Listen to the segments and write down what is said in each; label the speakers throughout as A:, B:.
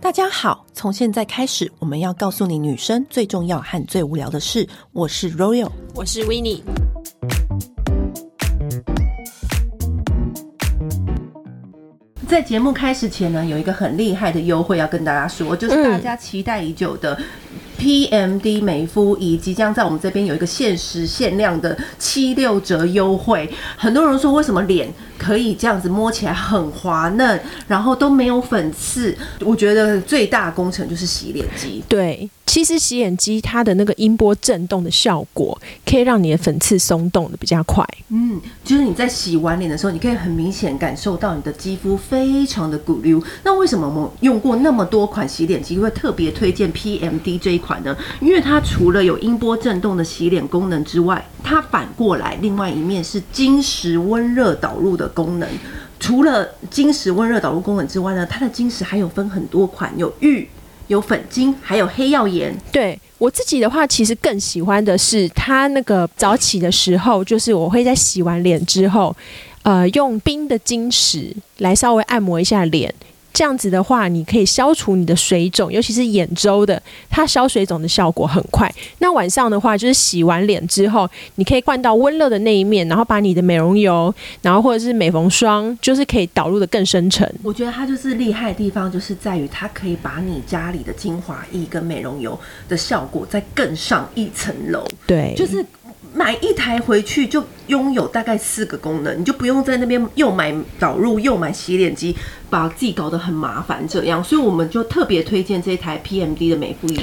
A: 大家好，从现在开始，我们要告诉你女生最重要和最无聊的事。我是 Royal，
B: 我是 w i n n i e
A: 在节目开始前呢，有一个很厉害的优惠要跟大家说，就是大家期待已久的 PMD 美肤仪即将在我们这边有一个限时限量的七六折优惠。很多人说，为什么脸可以这样子摸起来很滑嫩，然后都没有粉刺？我觉得最大功臣就是洗脸机。
B: 对，其实洗眼机它的那个音波震动的效果，可以让你的粉刺松动的比较快。
A: 嗯，就是你在洗完脸的时候，你可以很明显感受到你的肌肤非常的鼓溜。那为什么我们用过那么多款洗脸机，会特别推荐 PMD 这一款呢？因为它除了有音波震动的洗脸功能之外，它反过来另外一面是晶石温热导入的功能。除了晶石温热导入功能之外呢，它的晶石还有分很多款，有玉、有粉晶，还有黑曜岩。
B: 对我自己的话，其实更喜欢的是它那个早起的时候，就是我会在洗完脸之后，呃，用冰的晶石来稍微按摩一下脸。这样子的话，你可以消除你的水肿，尤其是眼周的，它消水肿的效果很快。那晚上的话，就是洗完脸之后，你可以换到温热的那一面，然后把你的美容油，然后或者是美缝霜，就是可以导入的更深层。
A: 我觉得它就是厉害的地方，就是在于它可以把你家里的精华液跟美容油的效果再更上一层楼。
C: 嗯
B: 对，
A: 就是买一台回去就拥有大概四个功能，你就不用在那边又买导入又买洗脸机，把自己搞得很麻烦这样。所以我们就特别推荐这一台 PMD 的美肤仪。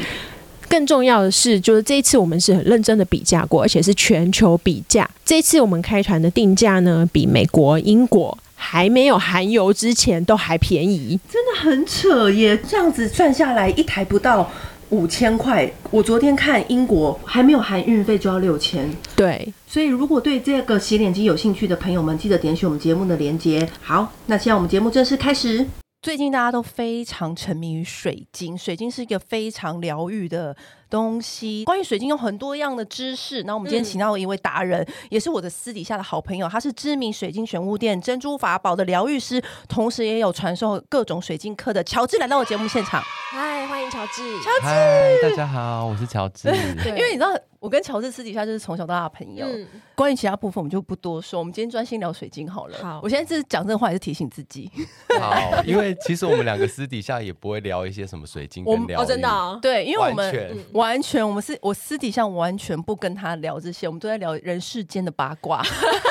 B: 更重要的是，就是这一次我们是很认真的比价过，而且是全球比价。这一次我们开团的定价呢，比美国、英国还没有含油之前都还便宜。
A: 真的很扯耶！这样子算下来，一台不到五千块。我昨天看英国还没有含运费就要六千，
B: 对，
A: 所以如果对这个洗脸机有兴趣的朋友们，记得点选我们节目的连接。好，那现在我们节目正式开始。最近大家都非常沉迷于水晶，水晶是一个非常疗愈的东西。关于水晶有很多样的知识，那我们今天请到一位达人，也是我的私底下的好朋友，他是知名水晶玄物店珍珠法宝的疗愈师，同时也有传授各种水晶课的乔治来到我节目现场。
B: 嗨，欢迎乔治。
D: 嗨，大家好，我是乔治。
A: 因为你知道，我跟乔治私底下就是从小到大的朋友。
B: 嗯，
A: 关于其他部分我们就不多说，我们今天专心聊水晶好了。
B: 好
A: 我现在是讲这话也是提醒自己。
C: 嗯
D: 好，因为其实我们两个私底下也不会聊一些什么水晶
B: 我
D: 跟
B: 们
D: 疗愈，
B: 哦，真的、哦，
A: 对，因为我
D: 完
A: 们
C: 嗯
D: 全
A: 完全，我们是我私底下完全不跟他聊这些，我们都在聊人世间的八 卦。所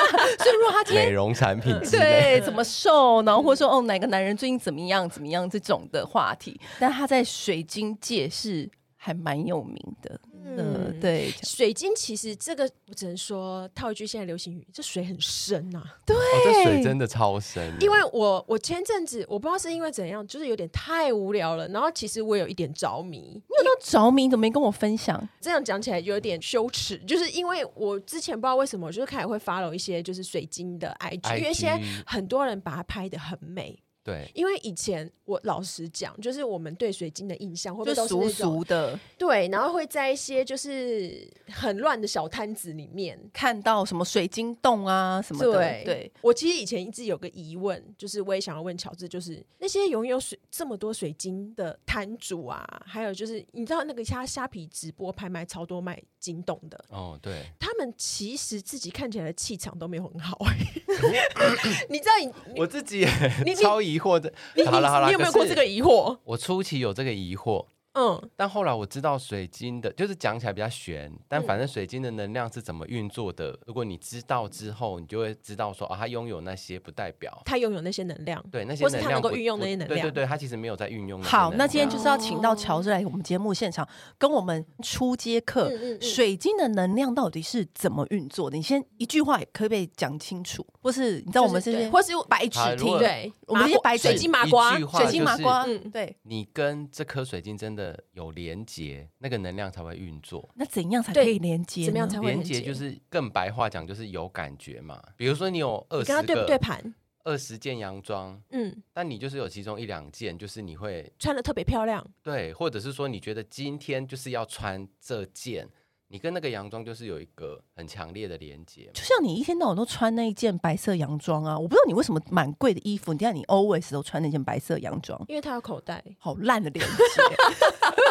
A: 以如果他今
D: 美
A: 天
D: 容产品之类。
A: 对怎么瘦，然后或者
C: 嗯
A: 说哦哪个男人最近怎么样怎么样这种的话题，但他在水晶界是还蛮有名的。嗯，对，
C: 水晶其实这个我只能说套一句现在流行语，这水很深呐、
D: 哦，这水真的超深，
C: 因为我我前阵子我不知道是因为怎样，就是有点太无聊了，然后其实我有一点着迷。
A: 你有到着迷，怎么没跟我分享？
C: 这样讲起来有点羞耻，就是因为我之前不知道为什么，我就是开始会 follow 一些就是水晶的 IG，,
D: IG
C: 因为现在很多人把它拍的很美。
D: 对
C: 因为以前我老实讲，就是我们对水晶的印象会不
A: 就
C: 会都是
A: 俗
C: 那种
A: 俗的，
C: 对，然后会在一些就是很乱的小摊子里面，
A: 看到什么水晶洞啊什么的，
C: 对
A: 对，
C: 我其实以前一直有个疑问，就是我也想要问乔治，就是那些拥有水这么多水晶的摊主啊，还有就是你知道那个虾虾皮直播拍卖超多卖金洞的，
D: 哦对，
C: 他们其实自己看起来的气场都没有很好、欸 你知道你
D: 我自己也
C: 你
D: 超疑惑的。
C: 你
D: 好了好
C: 你
D: 了，
C: 你有没有
D: 可
C: 过
D: 是
C: 这个疑惑？
D: 我初期有这个疑惑，
C: 嗯，
D: 但后来我知道水晶的，就是讲起来比较玄，但反正水晶的能量是怎么运作的，如果你知道之后，你就会知道说啊，它拥有那些不代表
C: 他拥有那些能量，
D: 对那些
C: 或是
D: 能
C: 它能
D: 量不，
C: 够运用那些
D: 不
C: 能
D: 对
C: 量
D: 对对，它其实没有在运用些能量。
A: 好，那今天就是要请到乔治来我们节目现场，跟我们出街课。
C: 嗯嗯
A: 水晶的能量到底是怎么运作的？你先一句话也可不可以讲清楚？或是你知道我们这些，
C: 或是
A: 白纸
D: 好如
A: 听，
D: 果
C: 对，
A: 我们这些白纸
C: 水晶麻瓜
D: 一句，话
A: 水晶麻瓜，
C: 就是嗯
A: 对，
D: 你跟这颗水晶真的有连接，那个能量才会运作。
A: 那怎样才可以连接呢？
C: 怎么样才会
D: 连
C: 连
D: 接
C: 接
D: 就是更白话讲，就是有感觉嘛。比如说你有二
C: 你
D: 十
C: 跟他对不对
D: 个、
C: 盘？
D: 二十件洋装，
C: 嗯，
D: 但你就是有其中一两件，就是你会
C: 穿的特别漂亮，
D: 对，或者是说你觉得今天就是要穿这件，你跟那个洋装就是有一个很强烈的连接嘛
A: 就。像你一天到晚都穿那一件白色洋装啊，我不知道你为什么蛮贵的衣服，你看你 always 都穿那件白色洋装，
C: 因为它有口袋，
A: 好烂的连接。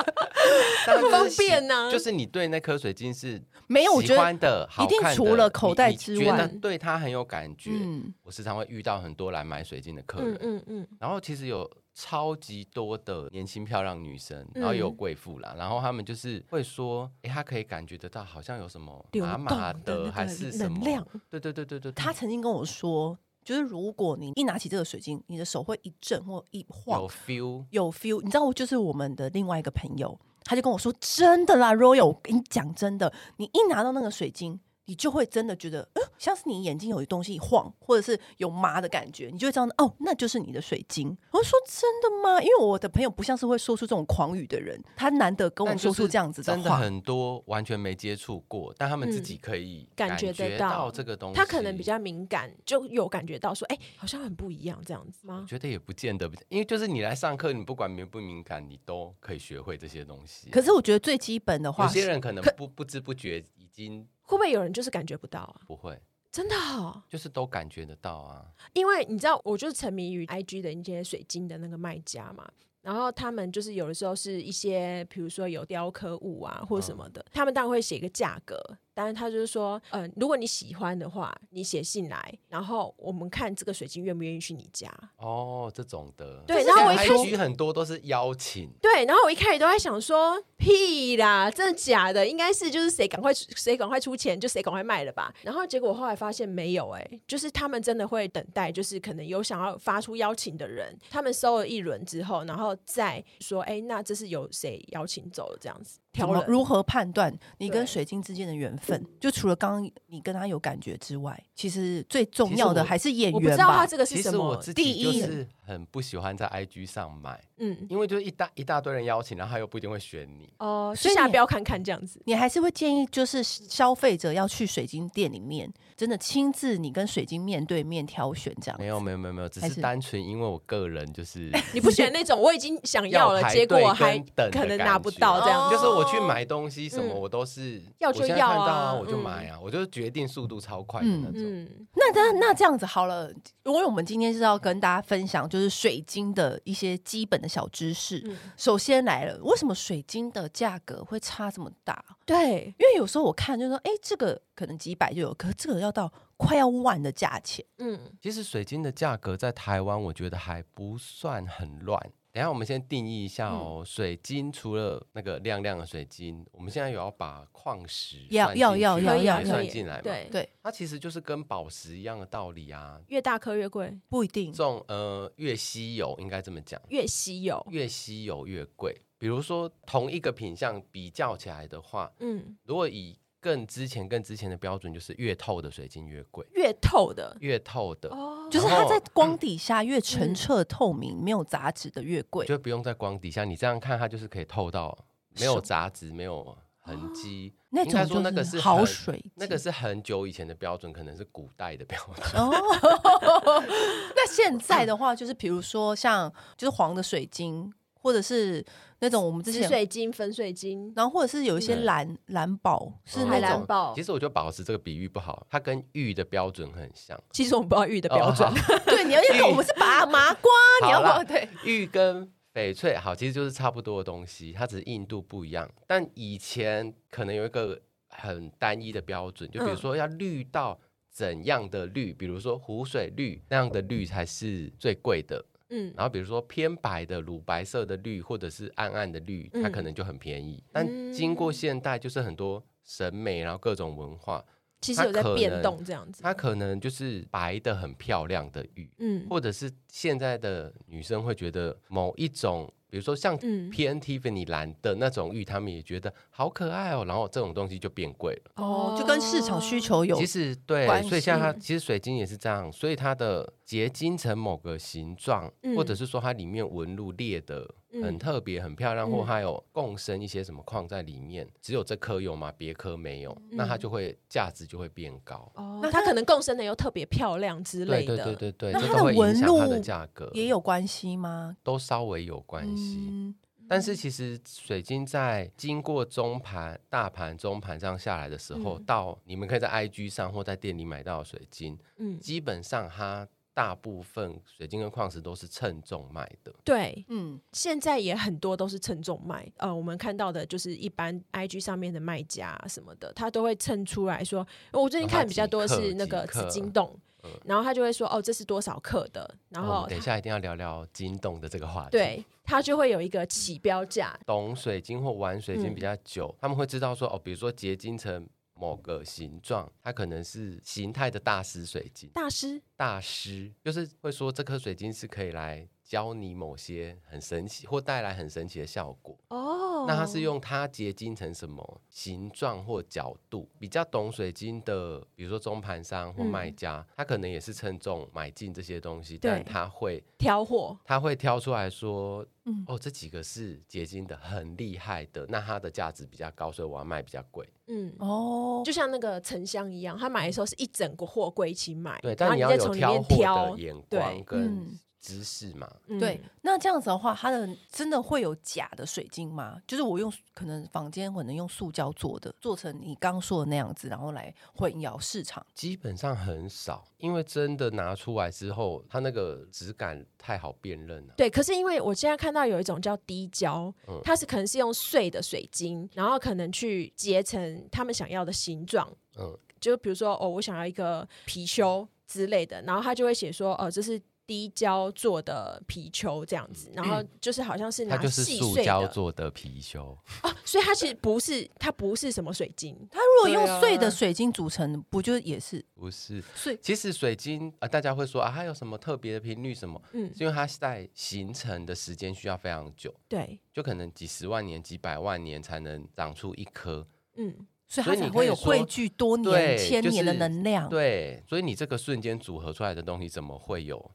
D: 当然
C: 方
D: 就是喜
C: 便呢
D: 就是你对那颗水晶是
A: 啊没有，我
D: 喜
A: 觉
D: 欢
A: 得
D: 的，好
A: 定
D: 看的
A: 除了口袋之
D: 你你觉
A: 外
D: 得对它很有感觉。
A: 嗯，
D: 我时常会遇到很多来买水晶的客人
C: 嗯，嗯嗯，
D: 然后其实有超级多的年轻漂亮女生，然后也有贵妇啦，然后她们就是会说，哎，她可以感觉得到好像有什么
C: 流
D: 麻麻
C: 动的
D: 还
C: 那
D: 是
C: 个
D: 什
C: 能
D: 么，
C: 量，
D: 对对对对对，
A: 他曾经跟我说，就是如果你一拿起这个水晶，你的手会一震或一晃
D: 有，feel，
A: 有 feel。你知道，我就是我们的另外一个朋友，他就跟我说，真的啦，Royal，我跟你讲真的，你一拿到那个水晶。你就会真的觉得，呃，像是你眼睛有东西晃，或者是有麻的感觉，你就会知道，哦，那就是你的水晶。我就说真的吗？因为我的朋友不像是会说出这种狂语的人，他难得跟我
D: 但就
A: 说出
D: 是
A: 这样子
D: 真的
A: 话。
D: 很多完全没接触过，但他们自己可以
C: 感
D: 感
C: 觉得
D: 觉
C: 到
D: 到这个东西，
C: 他可能比。较敏感，就有感觉到说，哎、好像很不一样这样子吗？
D: 觉得也不见得，因为就是你来上课，你不管敏不敏感，你都可以学会这些东西。
A: 可是我觉得最基本的
D: 有
A: 话是，
D: 些人可能
A: 可
D: 不不知不觉已经
C: 会不会有人就是感觉不到啊？
D: 不会，
C: 真的、哦，
D: 就是都感觉得到啊。
C: 因为你知道，我就是沉迷于 IG 的一些水晶的那个卖家嘛。然后他们就是有的时候是一些，比如说有雕刻物啊或者什么的，他们当然会写一个价格，但是他就是说，嗯、如果你喜欢的话，你写信来，然后我们看这个水晶愿不愿意去你家。
D: 哦，这种的，
C: 对
D: 就是
C: 然后我一开
D: 现在
C: 始
D: IG 很多都是邀请，
C: 对，然后我一开始都在想说，屁啦，真的假的？应该是就是谁赶快出谁赶快出钱，就谁赶快卖了吧。然后结果后来发现没有、欸，就是他们真的会等待，就是可能有想要发出邀请的人，他们搜了一轮之后，然后再说，哎、那这是有谁邀请走了这样子
A: 怎
C: 挑
A: 么
C: 人。
A: 如何判断你跟
C: 对
A: 水晶之间的缘分？就除了刚刚你跟他有感觉之外，其实最重要的
D: 其实我
A: 还是眼
C: 我不知
A: 缘
C: 道他
A: 吧。
C: 这个
D: 其
C: 是什
D: 实我
C: 么，
D: 自
A: 第
D: 己就
A: 一
D: 是很不喜欢在 IG 上买，
C: 嗯，
D: 因为就是一大一大堆人邀请，然后他又不一定会选你。
C: 哦、
A: 所以
C: 去下
A: 你
C: 标看看这样子。
A: 你还是会建议，就是消费者要去水晶店里面，真的亲自你跟水晶面对面挑选这样。
D: 没有没有没有没有，只
A: 还
D: 是
A: 是
D: 单纯因为我个人 就是
C: 你不 选那种，我已经想要了，
D: 排
C: 结
D: 队
C: 果
D: 跟
C: 还
D: 等的
C: 可能
D: 感
C: 拿不
D: 觉
C: 到这样
A: 哦
C: 子。
D: 就是我去买东西什么，
C: 嗯
D: 我都是
C: 要
D: 我
C: 就
D: 现在
C: 要
D: 看到
C: 啊
D: 啊，我就
C: 嗯
D: 买啊，我就是决定速度超快的那种。
C: 嗯，
A: 那那那这样子好了，因为我们今天是要跟大家分享就是水晶的一些基本的小知识。
C: 嗯
A: 首先来了，为什么水晶的价格会差这么大？
C: 对，
A: 因为有时候我看就说，哎、这个可能几百就有，可是这个要到快要万的价钱。
C: 嗯，
D: 其实水晶的价格在台湾，我觉得还不算很乱。等一下，我们先定义一下
A: 嗯
D: 哦。水晶除了那个亮亮的水晶，我们现在有要把矿石
A: 要
D: 算
A: 要
D: 进
A: 要
D: 去
A: 要
C: 可以
A: 要
C: 啊，
D: 也
C: 可
D: 算
C: 以，
D: 进来嘛。
C: 对
A: 对
D: 它其实就是跟宝石一样的道理啊。
C: 越大颗越贵，
A: 不一定
D: 这，种呃越稀有，应该这么讲，
C: 越稀有。
D: 越稀有越贵。比如说同一个品相比较起来的话，
C: 嗯，
D: 如果以更之前更之前的标准，就是越透的水晶越贵，
C: 越透的
D: 越透的
C: 哦
A: 就是
D: 然
A: 它
D: 后
A: 在光底下越澄澈透明，没有杂质的越贵。
D: 就不用在光底下，你这样看它就是可以透到没有杂质、没有痕迹。
A: 哦那
D: 应该
A: 种
D: 说那
A: 就
D: 个是
A: 好
D: 很
A: 水晶，
D: 那个是很久以前的标准，可能是古代的标准。
A: 哦。
C: 哦
A: 那现在的话，就是比如说像就是黄的水晶，或者是那种我们之
C: 紫
A: 前，
C: 水晶、粉水
D: 哦
C: 晶、
A: 然后或者是有一些
D: 对
A: 蓝蓝宝，是
D: 嗯
C: 海
A: 那
C: 蓝
A: 种
C: 宝
D: 其。实我觉得宝石这个比喻不好，它跟玉的标准很像。
C: 其实我们不知道玉的标准
D: 哦，
A: 对，你要因为我们是把麻瓜， 你要
D: 好啦
A: 把对
D: 玉跟翡翠好，其实就是差不多的东西，它只是硬度不一样。但以前可能有一个很单一的标准，就比如
C: 嗯
D: 说要绿到怎样的绿，比如说湖水绿那样的绿才是最贵的。
C: 嗯，
D: 然后比如说偏白的乳白色的绿，或者是暗暗的绿，它
C: 嗯
D: 可能就很便宜。但经过现代，就是很多审美，然后各种文化，
C: 其实有在变动这样子。
D: 它可能就是白的很漂亮的玉，
C: 嗯
D: 或者是现在的女生会觉得某一种，比如说像
C: 嗯
D: 偏 Tiffany 蓝的那种玉，她们也觉得好可爱哦，然后这种东西就变贵了。
A: 哦，就跟市场需求有
D: 其实对
A: 关，
D: 所以像它
A: 系
D: 其实水晶也是这样，所以它的结晶成某个形状，
C: 嗯
D: 或者是说它里面纹路裂的很
C: 嗯
D: 特别、很漂亮，
C: 嗯
D: 或还有共生一些什么矿在里面，只有这颗有吗？别颗没有，那它
C: 嗯
D: 就会价值就会变高。
C: 哦，
A: 那
C: 它可能共生的又特别漂亮之
D: 对
C: 类
D: 对
C: 的。
D: 对对对，
A: 那
D: 这
A: 它
D: 都
A: 的
D: 会影
A: 纹
D: 响它的
A: 路
D: 价格，
A: 也有关系吗？
D: 都稍微有关系。
A: 嗯
D: 但是其实水晶在经过中盘、大盘、中盘这样下来的时候，
C: 嗯
D: 到你们可以在 IG 上或在店里买到的水晶，
C: 嗯，
D: 基本上它大部分水晶跟矿石都是称重卖的。
C: 对，
A: 嗯，
C: 现在也很多都是称重卖，呃，我们看到的就是一般 IG 上面的卖家啊什么的，他都会称出来说，我最近
D: 啊
C: 看比较多是那个紫金洞，
D: 嗯
C: 然后他就会说，哦，这是多少克的，然
D: 哦那我
C: 后
D: 们等一
C: 他
D: 下一定要聊聊金洞的这个话题。，
C: 对他就会有一个起标价，
D: 懂水晶或玩水晶比较久，他们会知道说哦，比如说结晶成某个形状，它可能是形态的大师水晶。
C: 大师
D: 大师，就是会说这颗水晶是可以来教你某些很神奇或带来很神奇的效果。
C: 哦，
D: 那它是用它结晶成什么形状或角度？比较懂水晶的，比如说中盘商或卖家，他可能也是称重买进这些东西，
C: 对
D: 但他会
C: 挑货，
D: 他会挑出来说，
A: 嗯
D: 哦，这几个是结晶的很厉害的，那它的价值比较高，所以我要卖比较贵。
C: 嗯。
A: 哦，
C: 就像那个沉香一样，他买的时候是一整个货柜一起买，
D: 对，
C: 然后
D: 但
C: 你
D: 要
C: 再
D: 有
C: 从里
D: 挑
C: 面
D: 货
C: 挑
D: 的，眼
C: 对
D: 光跟
A: 嗯
D: 知识嘛。
C: 嗯
A: 对，那这样子的话，它的真的会有假的水晶吗？就是我用可能房间可能用塑胶做的，做成你刚说的那样子，然后来混淆市场。
D: 基本上很少，因为真的拿出来之后，它那个质感太好辨认了、
C: 对，可是因为我现在看到有一种叫滴胶，
D: 嗯
C: 它是可能是用碎的水晶，然后可能去结成他们想要的形状，
D: 嗯，
C: 就比如说哦，我想要一个貔貅之类的，然后他就会写说哦，这是滴胶做的貔貅这样子，然后就是好像是
D: 嗯它
C: 拿
D: 就是
C: 细
D: 塑
C: 碎的
D: 胶做的貔貅，
C: 哦，所以它其实不是它不是什么水晶，
A: 它如果
C: 对
A: 用
C: 啊
A: 碎的水晶组成，不就也是
D: 不是。
A: 碎？
D: 其实水晶啊、呃大家会说啊，它有什么特别的频率什么？
C: 嗯，
D: 是因为它在形成的时间需要非常久，
C: 对，
D: 就可能几十万年、几百万年才能长出一颗。
C: 嗯，
A: 所以
D: 所
A: 它
D: 以你
A: 才
D: 可以
A: 会有
D: 说
A: 汇聚多
D: 对
A: 年、千
D: 就
A: 年的
D: 是
A: 能量。
D: 对，所以你这个瞬间组合出来的东西，怎么会有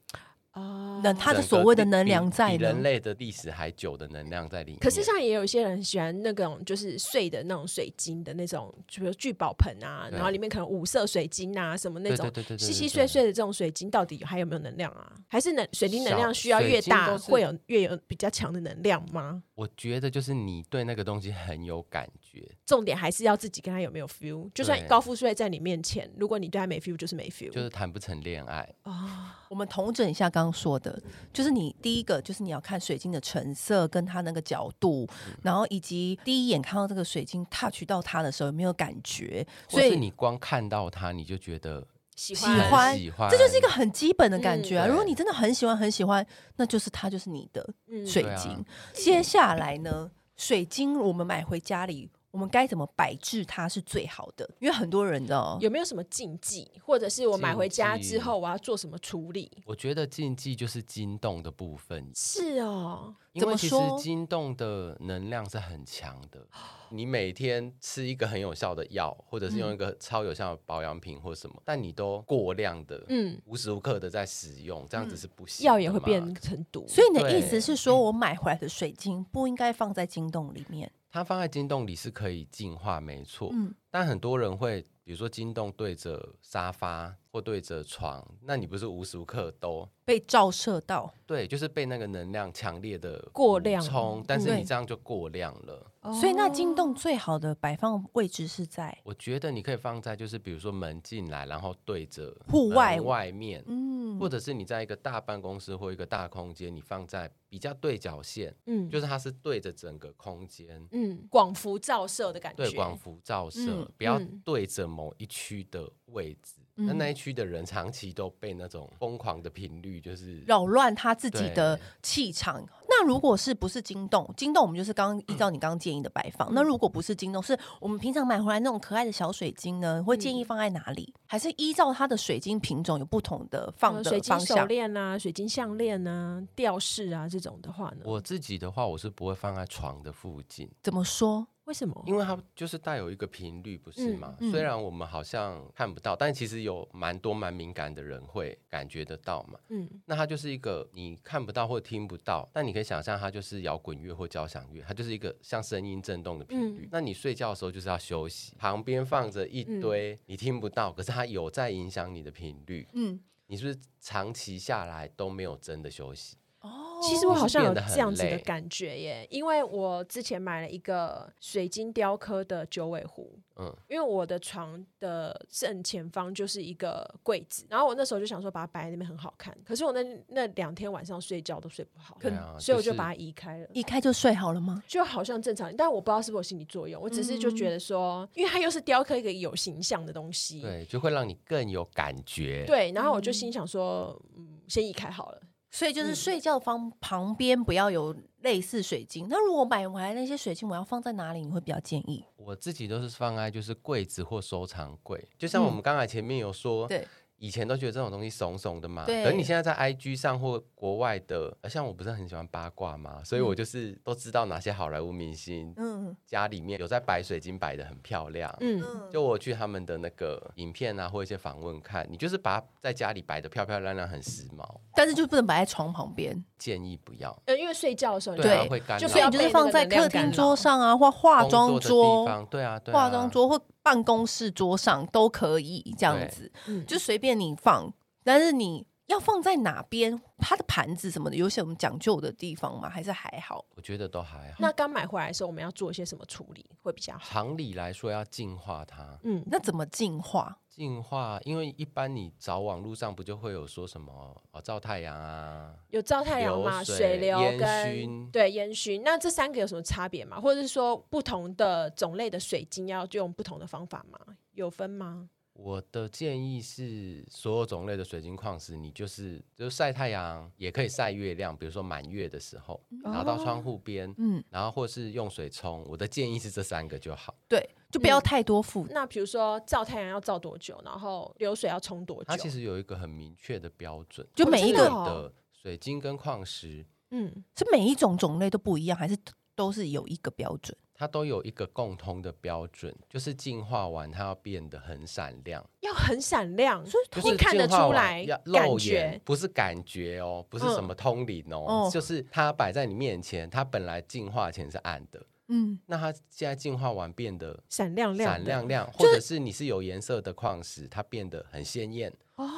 C: 哦
A: 那它的
D: 啊整个
A: 所谓的
D: 比
A: 能量
D: 比
A: 在
D: 比人
A: 呢
D: 类的历史还久的能量在里面？
C: 可是像也有一些人很喜欢那种就是碎的那种水晶的那种，就比如聚宝盆啊，
D: 对
C: 然后里面可能五色水晶啊什么那种
D: 对对对对对对
C: 细细
D: 对
C: 碎碎的这种水晶，到底还有没有能量啊？还是能水晶能量
D: 小
C: 需要
D: 水
C: 越
D: 晶
C: 大
D: 都是
C: 会有越有比较强的能量吗？
D: 我觉得就是你对那个东西很有感觉，
C: 重点还是要自己跟他有没有 feel。就算
D: 对
C: 高富帅在你面前，如果你对他没 feel，就是没 feel。
D: 就是谈不成恋爱。
C: 啊，
A: 我们统整一下刚刚说的，就是你第一个就是你要看水晶的成色跟它那个角度，
D: 嗯
A: 然后以及第一眼看到这个水晶 touch 到它的时候有没有感觉，
D: 或
A: 所
D: 是
A: 以
D: 你光看到它，你就觉得
C: 喜
A: 喜
C: 欢
A: 欢
D: 喜欢，
A: 这就是一个很基本的感觉啊。
D: 嗯
A: 如果你真的很喜欢很喜欢，那就是它就是你的
C: 嗯
A: 水
D: 对啊
A: 晶。接下来呢，水晶我们买回家里，我们该怎么摆置它是最好的？哦因为很多人你知道，
C: 有没有什么禁忌，或者是我买回家
D: 禁
C: 之
D: 忌
C: 后我要做什么处理？
D: 我觉得禁忌就是金动的部分，
C: 是哦，
D: 因
A: 怎
D: 为
A: 么
D: 其实
A: 说
D: 金动的能量是很强的。你每天吃一个很有效的药，或者是
C: 嗯
D: 用一个超有效的保养品或什么，但你都过量的，
C: 嗯，
D: 无时无刻的在使用，这样子是不行的嘛。
C: 药也会变成毒，
A: 所以你的意思
D: 对嗯
A: 是说我买回来的水晶不应该放在晶洞里面？
D: 它放在金洞里是可以净化，没错。
A: 嗯
D: 但很多人会，比如说金洞对着沙发或对着床，那你不是无时无刻都
A: 被照射到，
D: 对，就是被那个能量强烈的
C: 过量嗯
D: 冲，但是
A: 对
D: 你这样就过量了。
C: 哦
A: 所以那晶洞最好的摆放位置是在
D: 我觉得你可以放在就是比如说门进来，然后对着
A: 户
D: 门
A: 外
D: 外面，
A: 嗯
D: 或者是你在一个大办公室或一个大空间，你放在比较对角线，
C: 嗯
D: 就是它是对着整个空间。
C: 嗯广幅照射的感觉，
D: 对广幅照射，
A: 嗯
D: 不要
C: 嗯
D: 对着某一区的位置。
A: 嗯
D: 那那一区的人长期都被那种疯狂的频率，就是
A: 扰乱他自己的
D: 对
A: 气场。那如果是不是晶洞？晶洞我们就是刚刚依照你刚刚建议的摆放。那如果不是晶洞，是我们平常买回来那种可爱的小水晶呢？会建议放在哪里？还是依照它的水晶品种有不同的放
C: 呃
A: 的
C: 水
A: 方
C: 晶手
A: 向？
C: 链啊、水晶项链啊、吊饰啊这种的话呢，
D: 我自己的话，我是不会放在床的附近，
A: 怎么说？
C: 为什么？
D: 因为它就是带有一个频率，不是吗？
A: 嗯嗯
D: 虽然我们好像看不到，但其实有蛮多蛮敏感的人会感觉得到嘛。
C: 嗯，
D: 那它就是一个你看不到或听不到，但你可以想象它就是摇滚乐或交响乐，它就是一个像声音震动的频率。那你睡觉的时候就是要休息，旁边放着一堆你听不到，可是它有在影响你的频率。
A: 嗯，
D: 你是不是长期下来都没有真的休息？
A: 哦，
C: 其实我好像有
D: 变得很
C: 这样子的
D: 累
C: 感觉耶，因为我之前买了一个水晶雕刻的九尾狐，
D: 嗯，
C: 因为我的床的正前方就是一个柜子，然后我那时候就想说把它摆在那边很好看，可是我那那两天晚上睡觉都睡不好，
D: 对啊
C: 所以我就
D: 就是
C: 把它移开了。
A: 一开就睡好了吗？
C: 就好像正常，但我不知道是不是我心理作用，我只是就
D: 嗯
C: 觉得说，因为它又是雕刻一个有形象的东西，
D: 对，就会让你更有感觉。，
C: 对然后我就心想说，嗯，先移开好了。
A: 所以就是睡觉方旁边不要有类似水晶。那如果买回来那些水晶，我要放在哪里？你会比较建议？
D: 我自己都是放在就是柜子或收藏柜，就像我们刚才前面有说，
A: 嗯对，
D: 以前都觉得这种东西怂怂的嘛，
A: 对
D: 可是你现在在 IG 上或国外的，呃像我不是很喜欢八卦嘛，所以我就是都知道哪些好莱坞明星
A: 嗯
D: 家里面有在摆水晶，摆的很漂亮。
C: 嗯，
A: 嗯，
D: 就我去他们的那个影片啊，或一些访问看，你就是把它在家里摆的漂漂亮亮，很时髦。
A: 但是就不能摆在床旁边，
D: 建议不要，
C: 呃，因为睡觉的时候你
D: 对啊，
A: 对
D: 会干
C: 就
D: 扰
C: 不
A: 所以
C: 要
A: 你就是放在客厅桌上啊，或化
D: 工作
A: 妆
D: 的
A: 桌
D: 地、方，对啊，对啊
A: 化妆桌或办公室桌上都可以这样子，
C: 嗯
A: 就随便你放。但是你要放在哪边，它的盘子什么的，有些我们讲究的地方吗？还是还好？
D: 我觉得都还好。
C: 那刚买回来的时候，我们要做一些什么处理会比较好？
D: 常理来说要净化它，
C: 嗯，
A: 那怎么净化？
D: 净化，因为一般你找网络上不就会有说什么哦照太阳啊，
C: 有照太阳嘛，
D: 流水
C: 水流
D: 烟
C: 跟
D: 熏
C: 对烟熏，那这三个有什么差别吗？或者是说不同的种类的水晶要用不同的方法吗？有分吗？
D: 我的建议是，所有种类的水晶矿石，你就是就是晒太阳，也可以晒月亮，比如说满月的时候，拿到
C: 哦
D: 窗户边，
A: 嗯，
D: 然后或是用水冲。我的建议是这三个就好，
A: 对，就不要
C: 嗯
A: 太多负
C: 那比如说照太阳要照多久，然后流水要冲多久？
D: 它其实有一个很明确的标准，
A: 就每一个
D: 日本的水晶跟矿石，
C: 嗯，
A: 是每一种种类都不一样，还是都是有一个标准？
D: 它都有一个共通的标准，就是净化完它要变得很闪亮，
C: 要很闪亮，
A: 所以
D: 就是
C: 你看得
D: 净化
C: 出
D: 完
C: 来
D: 要
C: 感
D: 肉眼
C: 觉，
D: 不是感觉哦，不是
C: 嗯
D: 什么通灵
A: 哦
D: 哦，就是它摆在你面前，它本来净化前是暗的。
A: 嗯，
D: 那它现在进化完变得
C: 闪亮亮的，
D: 闪亮亮，或者是你是有颜色的矿石，它变得很鲜艳。
C: 哦。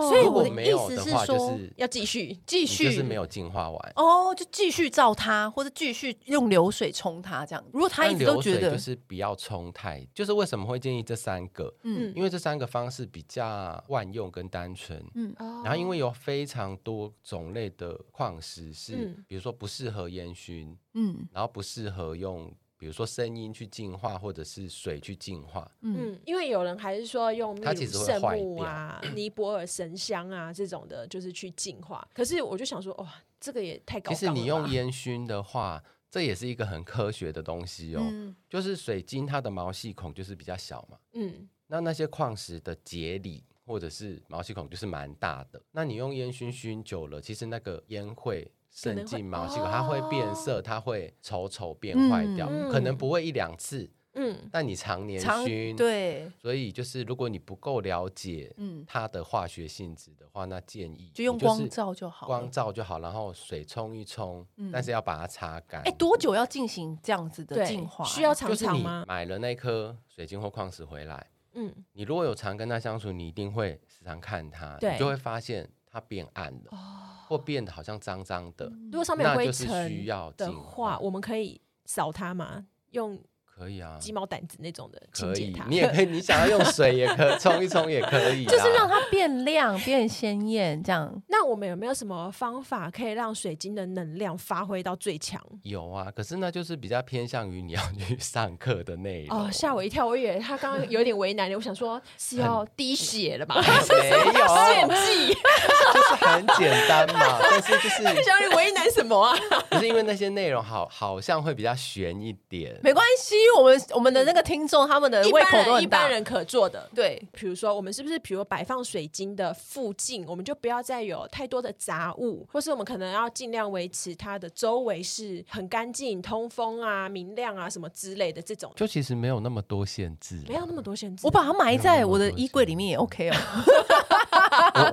A: 所以
D: 如
A: 我
D: 果
A: 的
D: 没
A: 意
D: 有
A: 思
D: 的
A: 是
D: 话，就
A: 说
D: 是
C: 要继续，
A: 继
D: 你就
A: 续
D: 是没有进化完。
A: 哦，就继续照它，或者继续用流水冲它这样。如果他一
D: 但
A: 直都
D: 流
A: 觉
D: 水
A: 得，
D: 就是不要冲太，就是为什么会建议这三个？
A: 嗯，
D: 因为这三个方式比较万用跟单纯。
A: 嗯
C: 哦
D: 然后，因为有非常多种类的矿石是
C: 嗯，
D: 比如说不适合烟熏，
A: 嗯
D: 然后不适合用，比如说声音去净化，或者是水去净化。
A: 嗯，
C: 嗯，因为有人还是说用
D: 它
C: 秘
D: 其
C: 鲁
D: 实会
C: 圣
D: 坏
C: 木啊、尼泊尔神香啊这种的，就是去净化。可是我就想说，哇、这个也太高
D: 其实
C: 档了吧。
D: 你用烟熏的话，这也是一个很科学的东西哦。
A: 嗯
D: 就是水晶它的毛细孔就是比较小嘛，
C: 嗯，
D: 那那些矿石的节理或者是毛细孔就是蛮大的。那你用烟熏熏久了，其实那个烟会渗进毛细孔，
C: 可能
D: 它
C: 会哦
D: 会变色，它会丑丑变坏掉，
C: 嗯
D: 可能不会一两次，
C: 嗯
D: 但你常年
A: 常
D: 熏，，
A: 对，
D: 所以就是如果你不够了解
A: 嗯，
D: 它的化学性质的话，那建议
A: 就用
D: 你
A: 光照就好了。
D: 光照就好，然后水冲一冲，
A: 嗯
D: 但是要把它擦干。
A: 哎，多久要进行这样子的
C: 对，
A: 净化？
C: 需要
D: 就
C: 常
D: 是
C: 常
D: 你
C: 吗？
D: 买了那颗水晶或矿石回来，
C: 嗯，
D: 你如果有常跟它相处，你一定会时常看它，
C: 对
D: 你就会发现它变暗了，
A: 哦
D: 或变得好像脏脏的，
A: 嗯
C: 如果上面有
D: 那
C: 灰
D: 就是需
C: 尘
D: 要
C: 的
D: 净
C: 话，
D: 化。
C: 我们可以扫它吗？用
D: 可以啊，
C: 鸡毛掸子那种的清
D: 可
C: 洁
D: 以
C: 它，。
D: 你也可以，你想要用水也 可冲一冲也可以啦，
A: 就是让
C: 啊
A: 它变亮、变鲜艳，这样
C: 那我们有没有什么方法可以让水晶的能量发挥到最强？
D: 有啊，可是那就是比较偏向于你要去 上课的内容。
C: 哦，吓我一跳！我以为他刚刚有点为难了，我想说是要滴血了吧？啊
D: 没 有，
C: 献祭，
D: 就是很简单 嘛。但是就是
C: 想要你为难什么啊？
D: 不是因为那些内容好，好像会比较悬一点。
A: 没关系。我们我们的那个听众，他们的
C: 一
A: 胃
C: 般
A: 口都
C: 人一
A: 很大
C: 般。人可做的。
A: 对，
C: 比如说，我们是不是比如摆放水晶的附近，我们就不要再有太多的杂物，或是我们可能要尽量维持它的周围是很干净、通风啊、明亮啊什么之类的这种，
D: 就其实没有那么多限制啦，
C: 没有那么多限制。
A: 我把它埋在我的衣柜里面也 OK 哦，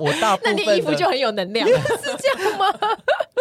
D: 我我大部
C: 那
D: 分
C: 件衣服
D: 的
C: 就很有 能量，
A: 是这样吗？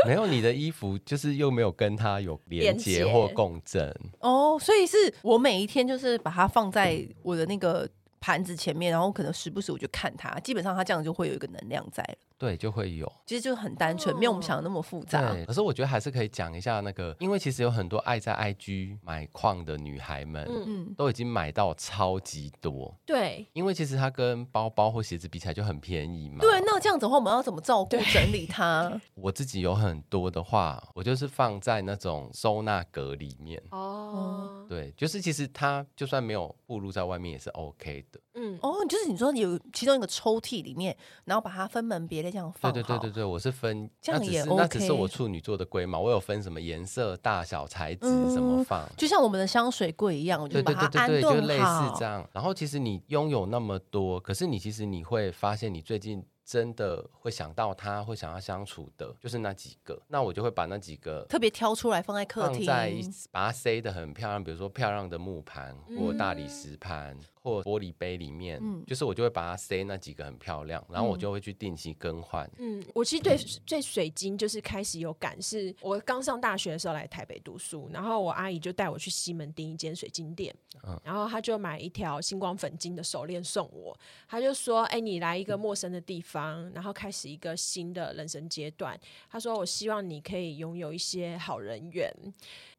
D: 没有你的衣服，就是又没有跟它有连
C: 连
D: 接
C: 结
D: 或共振。
A: 哦，所以是我每一天就是把它放在我的那个。盘子前面，然后可能时不时我就看它，基本上它这样就会有一个能量在了。
D: 对，就会有。
A: 其实就是很单纯，没有我们
C: 哦
A: 想的那么复杂。
D: 对，可是我觉得还是可以讲一下那个，因为其实有很多爱在 IG 买矿的女孩们，
C: 嗯
A: 嗯，
D: 都已经买到超级多，
C: 对，
D: 因为其实它跟包包或鞋子比起来就很便宜嘛。
A: 对，那这样子的话，我们要怎么照顾整理它？
D: 我自己有很多的话，我就是放在那种收纳格里面。
C: 哦，
D: 对，就是其实它就算没有暴露在外面也是 OK 的。
C: 嗯，
A: 哦，就是你说有其中一个抽屉里面，然后把它分门别类这样
D: 对
A: 放
D: 对对对
A: 好
D: 对，我是分，
A: 这样
D: 那只
A: 也
D: 是那只是
A: OK
D: 我处女座的龟毛，我有分什么颜色、大小、材质
A: 嗯
D: 怎么放。
A: 就像我们的香水柜一样，我就
D: 对
A: 把
D: 对
A: 它
D: 对
A: 安
D: 对对，就
A: 顿
D: 类似
A: 好
D: 这。样。然后其实你拥有那么多，可是你其实你会发现，你最近真的会想到他，会想要相处的，就是那几个。那我就会把那几个
A: 特别挑出来放在客
D: 放
A: 厅，
D: 在一起把它塞得很漂亮，比如说漂亮的木盘或大理
C: 嗯
D: 石盘或玻璃杯里面，
A: 嗯
D: 就是我就会把它塞那几个很漂亮，然后我就会去定期更换。
C: 嗯，我其实对对水晶就是开始有感，是我刚上大学的时候来台北读书，然后我阿姨就带我去西门町一间水晶店，
D: 嗯
C: 然后她就买一条星光粉晶的手链送我，她就说：“哎、你来一个陌生的地方，然后开始一个新的人生阶段。”她说：“我希望你可以拥有一些好人缘。”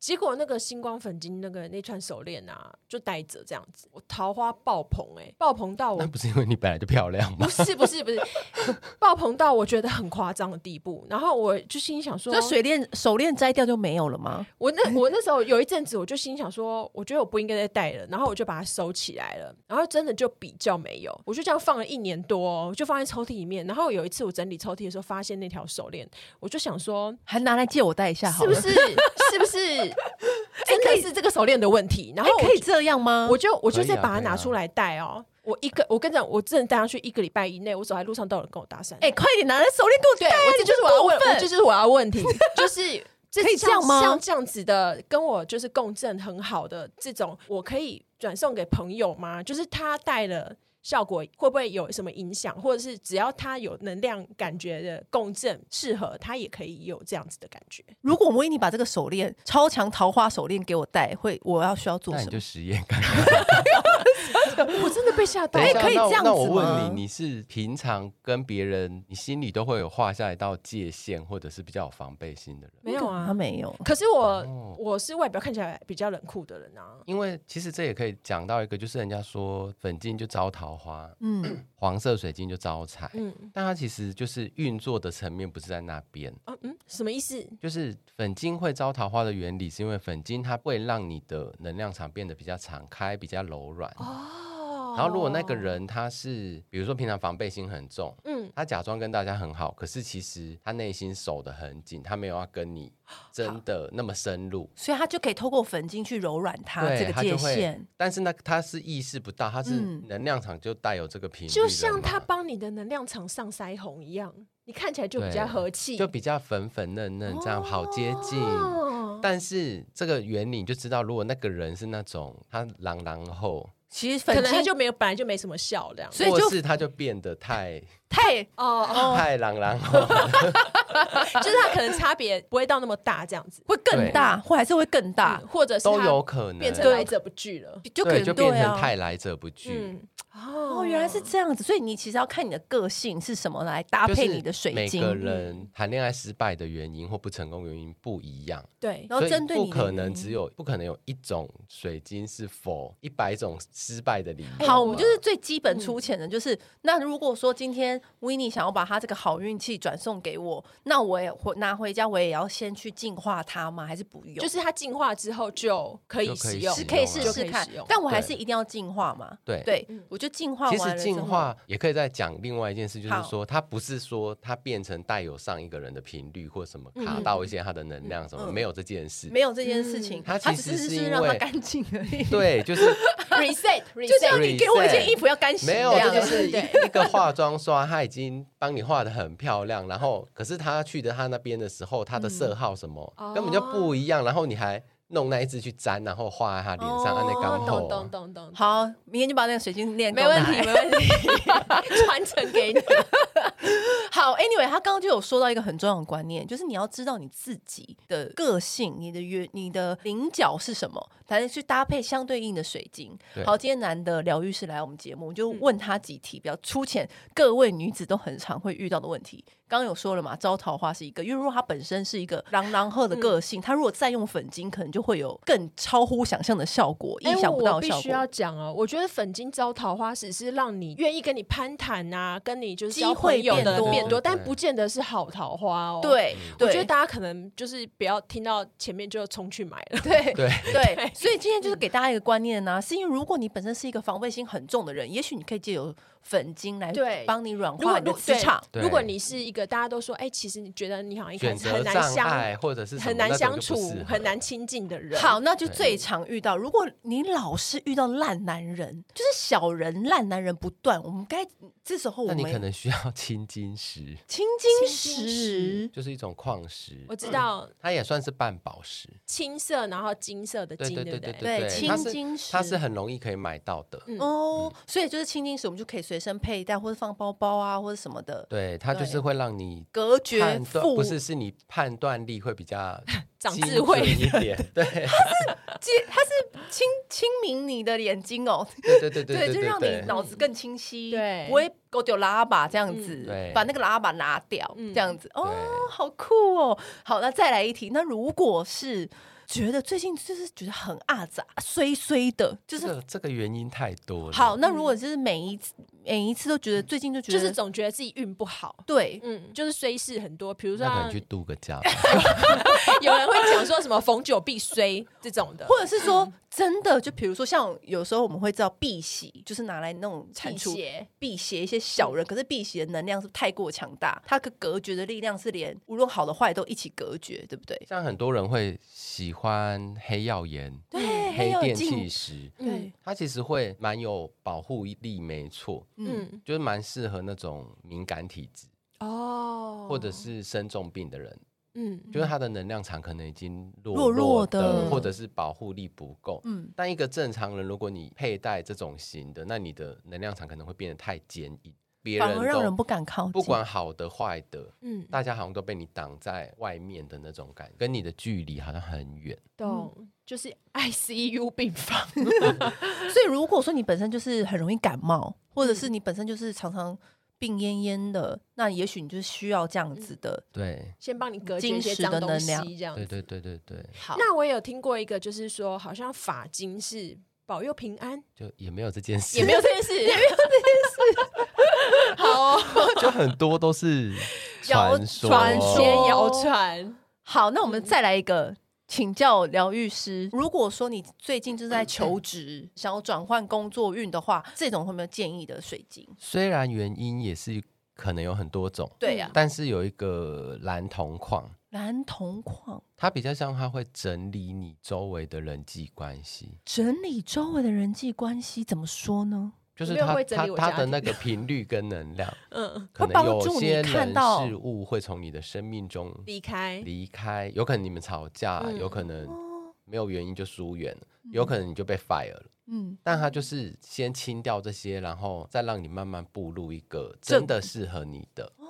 C: 结果那个星光粉晶那个那串手链啊，就戴着这样子，我桃花爆棚哎、爆棚到我
D: 那不是因为你本来就漂亮吗
C: 不？是不是不是，爆棚到我觉得很夸张的地步。然后我就心里想说，
A: 这水链手链摘掉就没有了吗？
C: 我那我那时候有一阵子，我就心想说，我觉得我不应该再戴了，然后我就把它收起来了。然后真的就比较没有，我就这样放了一年多哦，就放在抽屉里面。然后有一次我整理抽屉的时候，发现那条手链，我就想说，
A: 还拿来借我戴一下好
C: 是不
A: 了， 哎
C: 是是不是真
A: 可
C: 的
A: 以
C: 是这个手链的问题？然后
A: 哎
C: 我
A: 可以这样吗？
C: 我就我就
D: 可以啊
C: 再把它
D: 可以啊
C: 拿出来戴哦。我一个，我跟你讲，我真的戴上去一个礼拜以内，我走在路上都有人跟我搭讪。
A: 哎，快点拿来手链给我
C: 对，
A: 戴啊，
C: 我这就是我要问，
A: 过分
C: 我这就是我要问题，就是。这
A: 可以这样
C: 像
A: 吗
C: 像这样子的，跟我就是共振很好的这种，我可以转送给朋友吗？就是他带了效果会不会有什么影响，或者是只要他有能量感觉的共振适合，他也可以有这样子的感觉。
A: 如果我为你把这个手链超强桃花手链给我戴，会我要需要做
D: 那你
A: 什
D: 就
A: 么？
D: 实验看看。
C: 我真的被吓到
D: 等一下，
A: 可以
D: 那我
A: 这样
D: 那
A: 子
D: 我
A: 吗
D: 问你，你是平常跟别人，你心里都会有画下一道界限，或者是比较有防备心的人？
C: 没有
A: 他
C: 啊，
A: 没有，
C: 可是我、
D: 哦
C: 我是外表看起来比较冷酷的人啊，
D: 因为其实这也可以讲到一个，就是人家说粉晶就招桃花，
A: 嗯，
D: 黄色水晶就招财，
C: 嗯
D: 但它其实就是运作的层面不是在那边。
C: 啊嗯，什么意思？
D: 就是粉晶会招桃花的原理，是因为粉晶它会让你的能量场变得比较敞开、比较柔软。
C: 哦
D: 然后如果那个，人他是，比如说平常防备心很重，
C: 嗯，
D: 他假装跟大家很好，可是其实他内心守得很紧，他没有要跟你真的那么深入。
A: 所以他就可以透过粉晶去柔软它
D: 对
A: 这个
D: 他
A: 界
D: 就会
A: 限。
D: 但是呢，他是意识不到，他是
A: 嗯
D: 能量场就带有这个频率了
C: 就
D: 嘛，
C: 像他帮你的能量场上腮红一样，你看起来就比较
D: 对
C: 和气，
D: 就比较粉粉嫩嫩，这样好接近。
C: 哦
D: 但是这个原理你就知道，如果那个人是那种他朗朗后，
A: 其实
C: 可
A: 粉
C: 能他
A: 晶
C: 就没有本来就没什么笑这样。
A: 所以
D: 或
A: 就是
D: 他就变得太
A: 太
C: 哦，
D: 太朗朗 后了，
C: 哦就是他可能差别不会到那么大这样子，
A: 会更
D: 对
A: 大，或还是会更大，
C: 嗯或者是
D: 都
C: 他
D: 有可能
C: 变成来者不拒了。
A: 就可
D: 对，
A: 能
D: 就变
A: 对啊
D: 成太来者不拒。
C: 嗯，哦
A: 哦，原来是这样子，所以你其实要看你的个性是什么来搭
D: 就是
A: 配你的水
D: 每
A: 晶，
D: 个人谈恋爱失败的原因或不成功原因不一样，
C: 对，
A: 然后
D: 所以
A: 针对你
D: 不
A: 的
D: 可
A: 原因
D: 能只有不可能有一种水晶是否一百种失败的理由嘛。
A: 好，我们就是最基本粗浅的，就是、那如果说今天 w i n n 想要把他这个好运气转送给我，那我也回拿回家，我也要先去净化它吗？还是不用？
C: 就是它进化之后就可以
D: 就可以
C: 使用，
D: 使用啊
A: 可以试
C: 就
A: 试
C: 以
A: 看
C: 使用，
A: 但我还是
D: 对
A: 一定要净化嘛。
D: 对
A: 对，我就净化
D: 其
A: 完
D: 实
A: 了之
D: 进
A: 后，
D: 化也可以再讲另外一件事，就
A: 好
D: 是说，它不是说它变成带有上一个人的频率或什么
C: 嗯
D: 卡到一些它的能量什么，
A: 嗯
D: 没有这件事。
A: 没有这件事情，
C: 嗯
A: 它
D: 它
A: 只
D: 其
A: 是
D: 实是
A: 是
D: 因
A: 让它
D: 为
A: 干净而 已。
D: 对，就是
C: reset
A: 就哦像
C: reset，
A: 你给我一件
D: reset
A: 衣服要干洗一
D: 没
A: 样
D: 有，
A: 啊，
D: 这就是一
C: 对
D: 一个化妆刷，它已经帮你画的很漂亮，然后可是他去的他那边的时候，他的色号什么
C: 嗯
D: 根本就不一样，然后你还弄那一支去粘，然后画在他脸上，
A: 哦
D: 按那刚
C: 懂懂
D: 好。
C: 懂懂，
A: 好， 明天就把那个水晶链
C: 没
A: 给我
C: 问
A: 拿
C: 题
A: 来
C: 没问题，传承给你。
A: 好，Anyway，他刚刚就有说到一个很重要的观念，就是你要知道你自己的个性、你的原、你的菱角是什么，来去搭配相对应的水晶。
D: 对
A: 好，今天男的疗愈师来我们节目，我就问他几题比较粗浅，各位女子都很常会遇到的问题。刚刚有说了嘛，招桃花是一个，因为如果他本身是一个狼狼鹤的个性，他如果再用粉晶，可能就会有更超乎想象的效果，意
C: 哎，
A: 想不到的
C: 我必
A: 效
C: 须要
A: 果。
C: 讲哦，我觉得粉晶招桃花只是让你愿意跟你攀谈啊，跟你就是
A: 机
C: 交
A: 会
C: 朋友
A: 变
C: 的
A: 多
C: 变多，但
D: 对
C: 不见得是好桃花哦。。
D: 嗯
A: 对，
C: 我觉
A: 对，
C: 得大家可能就是不要听到前面就冲去买了，
A: 对，
D: 对，
A: 对，所以今天就是给大家一个观念呢、啊是因为如果你本身是一个防备心很重的人，也许你可以借由粉晶来
C: 对
A: 帮你软
C: 如果
A: 化你的
C: 如
A: 磁场。
D: 对
C: 如果你是一个大家都说，哎、其实你觉得你好像一开
D: 选
C: 始
D: 择
C: 很难
D: 障碍
C: 相
D: 或者是什么
C: 很难相
D: 那
C: 处
D: 种就不适、合
C: 很难亲近的人，
A: 好，，那就最常遇到，如果你老是遇到烂男人，就是小人、烂男人不断，我们该这时候我
D: 那你可
A: 们
D: 能需要 青金石，
A: 青金
C: 青金
A: 石，
D: 就是一种矿石
C: 我，知道
D: 它也算是半宝石。
C: 青色，然后金色的
D: 对
C: 金，
D: 对
C: 不
D: 对
C: 对？
A: 对
D: 对，
A: 青
D: 它是
A: 金石
D: 它是很容易可以买到的。
C: 嗯
A: 哦，所以就是青金石，我们就可以随身佩戴，或者放包包啊，或者什么的，
D: 对，它就
A: 对
D: 是会让你
A: 隔绝
D: 判断，
A: 父
D: 不是是你判断力会 比较
C: 长
D: 精
C: 智慧
D: 准一点。对
A: 接，它是清清明你的眼睛哦，
D: 对对 对
A: 对，
D: 对
A: 就让你
D: 对。
A: 脑子更清晰，
C: 对
A: 不会勾掉拉把这样子，
D: 对
A: 把那个拉把拿掉，
C: 嗯
A: 这样子，哦，
D: 对
A: 好酷哦。好，那再来一题，那如果是觉得最近就是觉得很阿杂，衰衰的，就是
D: 这个这个原因太多了。
A: 好，，那如果就是每一次每一次都觉得最近就觉
C: 就
A: 得
C: 是总觉得自己运不好。
A: 对。
C: 嗯，就是虽事很多，比如说
D: 那可能
C: 像
D: 去度个假吧。
C: 有人会讲说什么“逢九必衰”这种 的，
A: 或者是说，真的，就比如说，像有时候我们会知道碧玺，就是拿来那种铲
C: 辟
A: 除
C: 邪
A: 辟邪一些小人，可是辟邪的能量是太过强大，它的隔绝的力量是连无论好的坏都一起隔绝，对不对？
D: 像很多人会喜欢黑曜岩、
A: 对，很
D: 黑
A: 有
D: 电
A: 劲
D: 气石，
A: 对，
D: 它其实会蛮有保护力，没错，
A: 嗯，
C: 嗯，
D: 就是蛮适合那种敏感体质
C: 哦，
D: 或者是生重病的人，
C: 嗯，
D: 就是他的能量场可能已经弱
A: 弱弱的
D: 的，或者是保护力不够。
A: 嗯，
D: 但一个正常人，如果你佩戴这种型的，那你的能量场可能会变得太坚硬，别
A: 反而
D: 人
A: 让
D: 都
A: 人不敢靠近。
D: 不管好的坏的，
C: 嗯，
D: 大家好像都被你挡在外面的那种感觉，跟你的距离好像很远。
C: 懂，就是 ICU 病房，
A: 所以如果说你本身就是很容易感冒，或者是你本身就是常常病恹恹的，那也许你就是需要这样子的。
D: 对，
C: 先帮你隔绝一
A: 金
C: 些
A: 石
C: 脏
A: 的
C: 东
A: 能
C: 西，
A: 量
C: 这样
D: 对
C: 子。
D: 对对对对，
A: 好
C: 那我也有听过一个，就是说好像法金是保佑平安，
D: 就也没有这件事，
C: 也没有这件事，也没有这件事。好哦，
D: 就很多都是
A: 谣
D: 传说，
A: 传
C: 先
A: 说
C: 谣 传，
A: 好，那我们再来一个。请教疗愈师，如果说你最近 正在求职，想要转换工作运的话，这种会没有建议的水晶？
D: 虽然原因也是可能有很多种，
A: 对呀、
D: 但是有一个蓝铜矿，
A: 蓝铜矿
D: 它比较像它会整理你周围的人际关系。
A: 整理周围的人际关系，怎么说呢？
D: 就是
C: 没有
D: 它
C: 会整
D: 它
C: 理我
D: 它
C: 家
D: 的
C: 庭
D: 那个频率跟能量，
C: 嗯，
D: 可
A: 会
D: 能
A: 帮
D: 有
A: 助你
D: 些
A: 看
D: 人
A: 到
D: 事物会从你的生命中
C: 离开，
D: 离开，有可能你们吵架，
C: 嗯
D: 有可能
A: 哦，
D: 没有原因就疏远了，有可能你就被 fire 了。
A: 嗯，
D: 但它就是先清掉这些，然后再让你慢慢步入一个
A: 正
D: 真的适合你的。
A: 哦，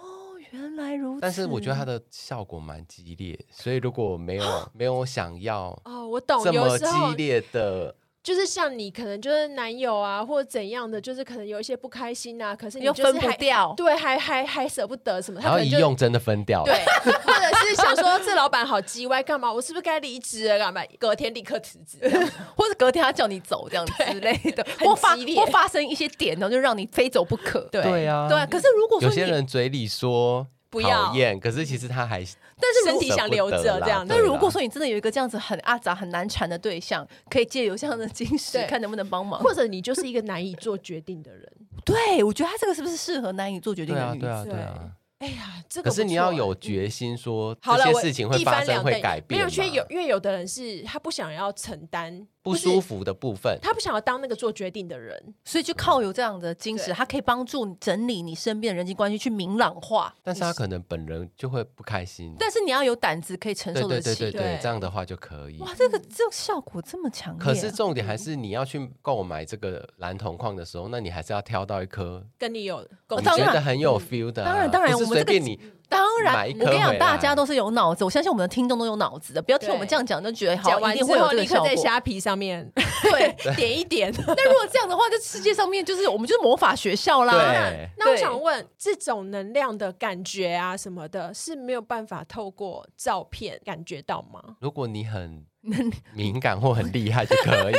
A: 原来如此。
D: 但是我觉得它的效果蛮激烈，所以如果没有没有想要
C: 哦，我懂，
D: 这
C: 有
D: 么
C: 时
D: 激
C: 候
D: 烈的，
C: 就是像你可能就是男友啊，或者怎样的，就是可能有一些不开心啊，可是
A: 你
C: 你
A: 又
C: 就是
A: 分不
C: 还
A: 掉，
C: 对，还还还舍不得什么，他
D: 然
C: 可
D: 后
C: 能
D: 一
C: 就
D: 用真的分掉了
C: 对。，或者是想说这老板好叽歪，干嘛？我是不是该离职了？干嘛？隔天立刻辞 职。
A: 或者隔天他叫你走这样之类的，
C: 很
A: 或发
C: 激烈
A: 或发生一些点，然后就让你非走不可。对
D: 对啊
A: 对啊。可是如果说
D: 有
A: 你
D: 些，人嘴里说
C: 不要
D: 讨厌，可是其实他还
A: 但是
C: 身
A: 如
C: 体想留着这样子
A: 但
D: 但
A: 如果说你真的有一个这样子很阿杂、很难缠的对象，可以借由这样的精石
C: 对
A: 看能不能帮忙。
C: 或者你就是一个难以做决定的人。
A: 对，我觉得他这个是不是适合难以做决定
D: 对
A: 的
D: 啊
A: 女
D: 对啊
A: 子？
D: 对啊，
C: 哎呀，这个
D: 可
C: 不错
D: 是你要
C: 哎
D: 有决心说
C: 好了，
D: 这
C: 我
D: 些事情会
C: 一
D: 发
C: 翻
D: 生
C: 两
D: 会
C: 瞪
D: 改变
C: 没有，
D: 嘛，
C: 因为有因为有的人是他不想要承担
D: 不舒服的部分。
C: 他不想要当那个做决定的人，
A: 所以就靠有这样的精神，
C: 对
A: 它可以帮助你整理你身边的人际关系，去明朗化。
D: 但是他可能本人就会不开心。
A: 但是你要有胆子，可以承
D: 对
A: 受得
D: 对对
A: 起。
D: 对对
C: 对，
D: 这样的话就可以。
A: 哇，这个这个效果这么强烈啊、
D: 可是重点还是你要去购买这个蓝铜矿的时候，那你还是要挑到一颗
C: 跟你有
A: 哦
C: 共
D: 你
A: 当
D: 觉
A: 然
D: 得很有 feel 的啊、
A: 当然当然
D: 不是
A: 我们这
D: 随
A: 个
D: 便你。
A: 当然，
D: 买一
A: 我
D: 颗
A: 跟你讲，
D: 回
A: 大
D: 来
A: 家都是有脑子。我相信我们的听众都有脑子的，不要听我们
C: 对
A: 这样讲就觉得
C: 讲
A: 好，
C: 完
A: 一
C: 之
A: 定会有
C: 后
A: 这个
C: 立
A: 效
C: 刻
A: 果
C: 在。虾皮上 面
A: 对，
C: 点一点。
A: 那如果这样的话，这世界上面就是我们就是魔法学校啦。
D: 对，
C: 那我
A: 对
C: 想问，这种能量的感觉啊什么的，是没有办法透过照片感觉到吗？
D: 如果你很 敏感或很厉害就可以，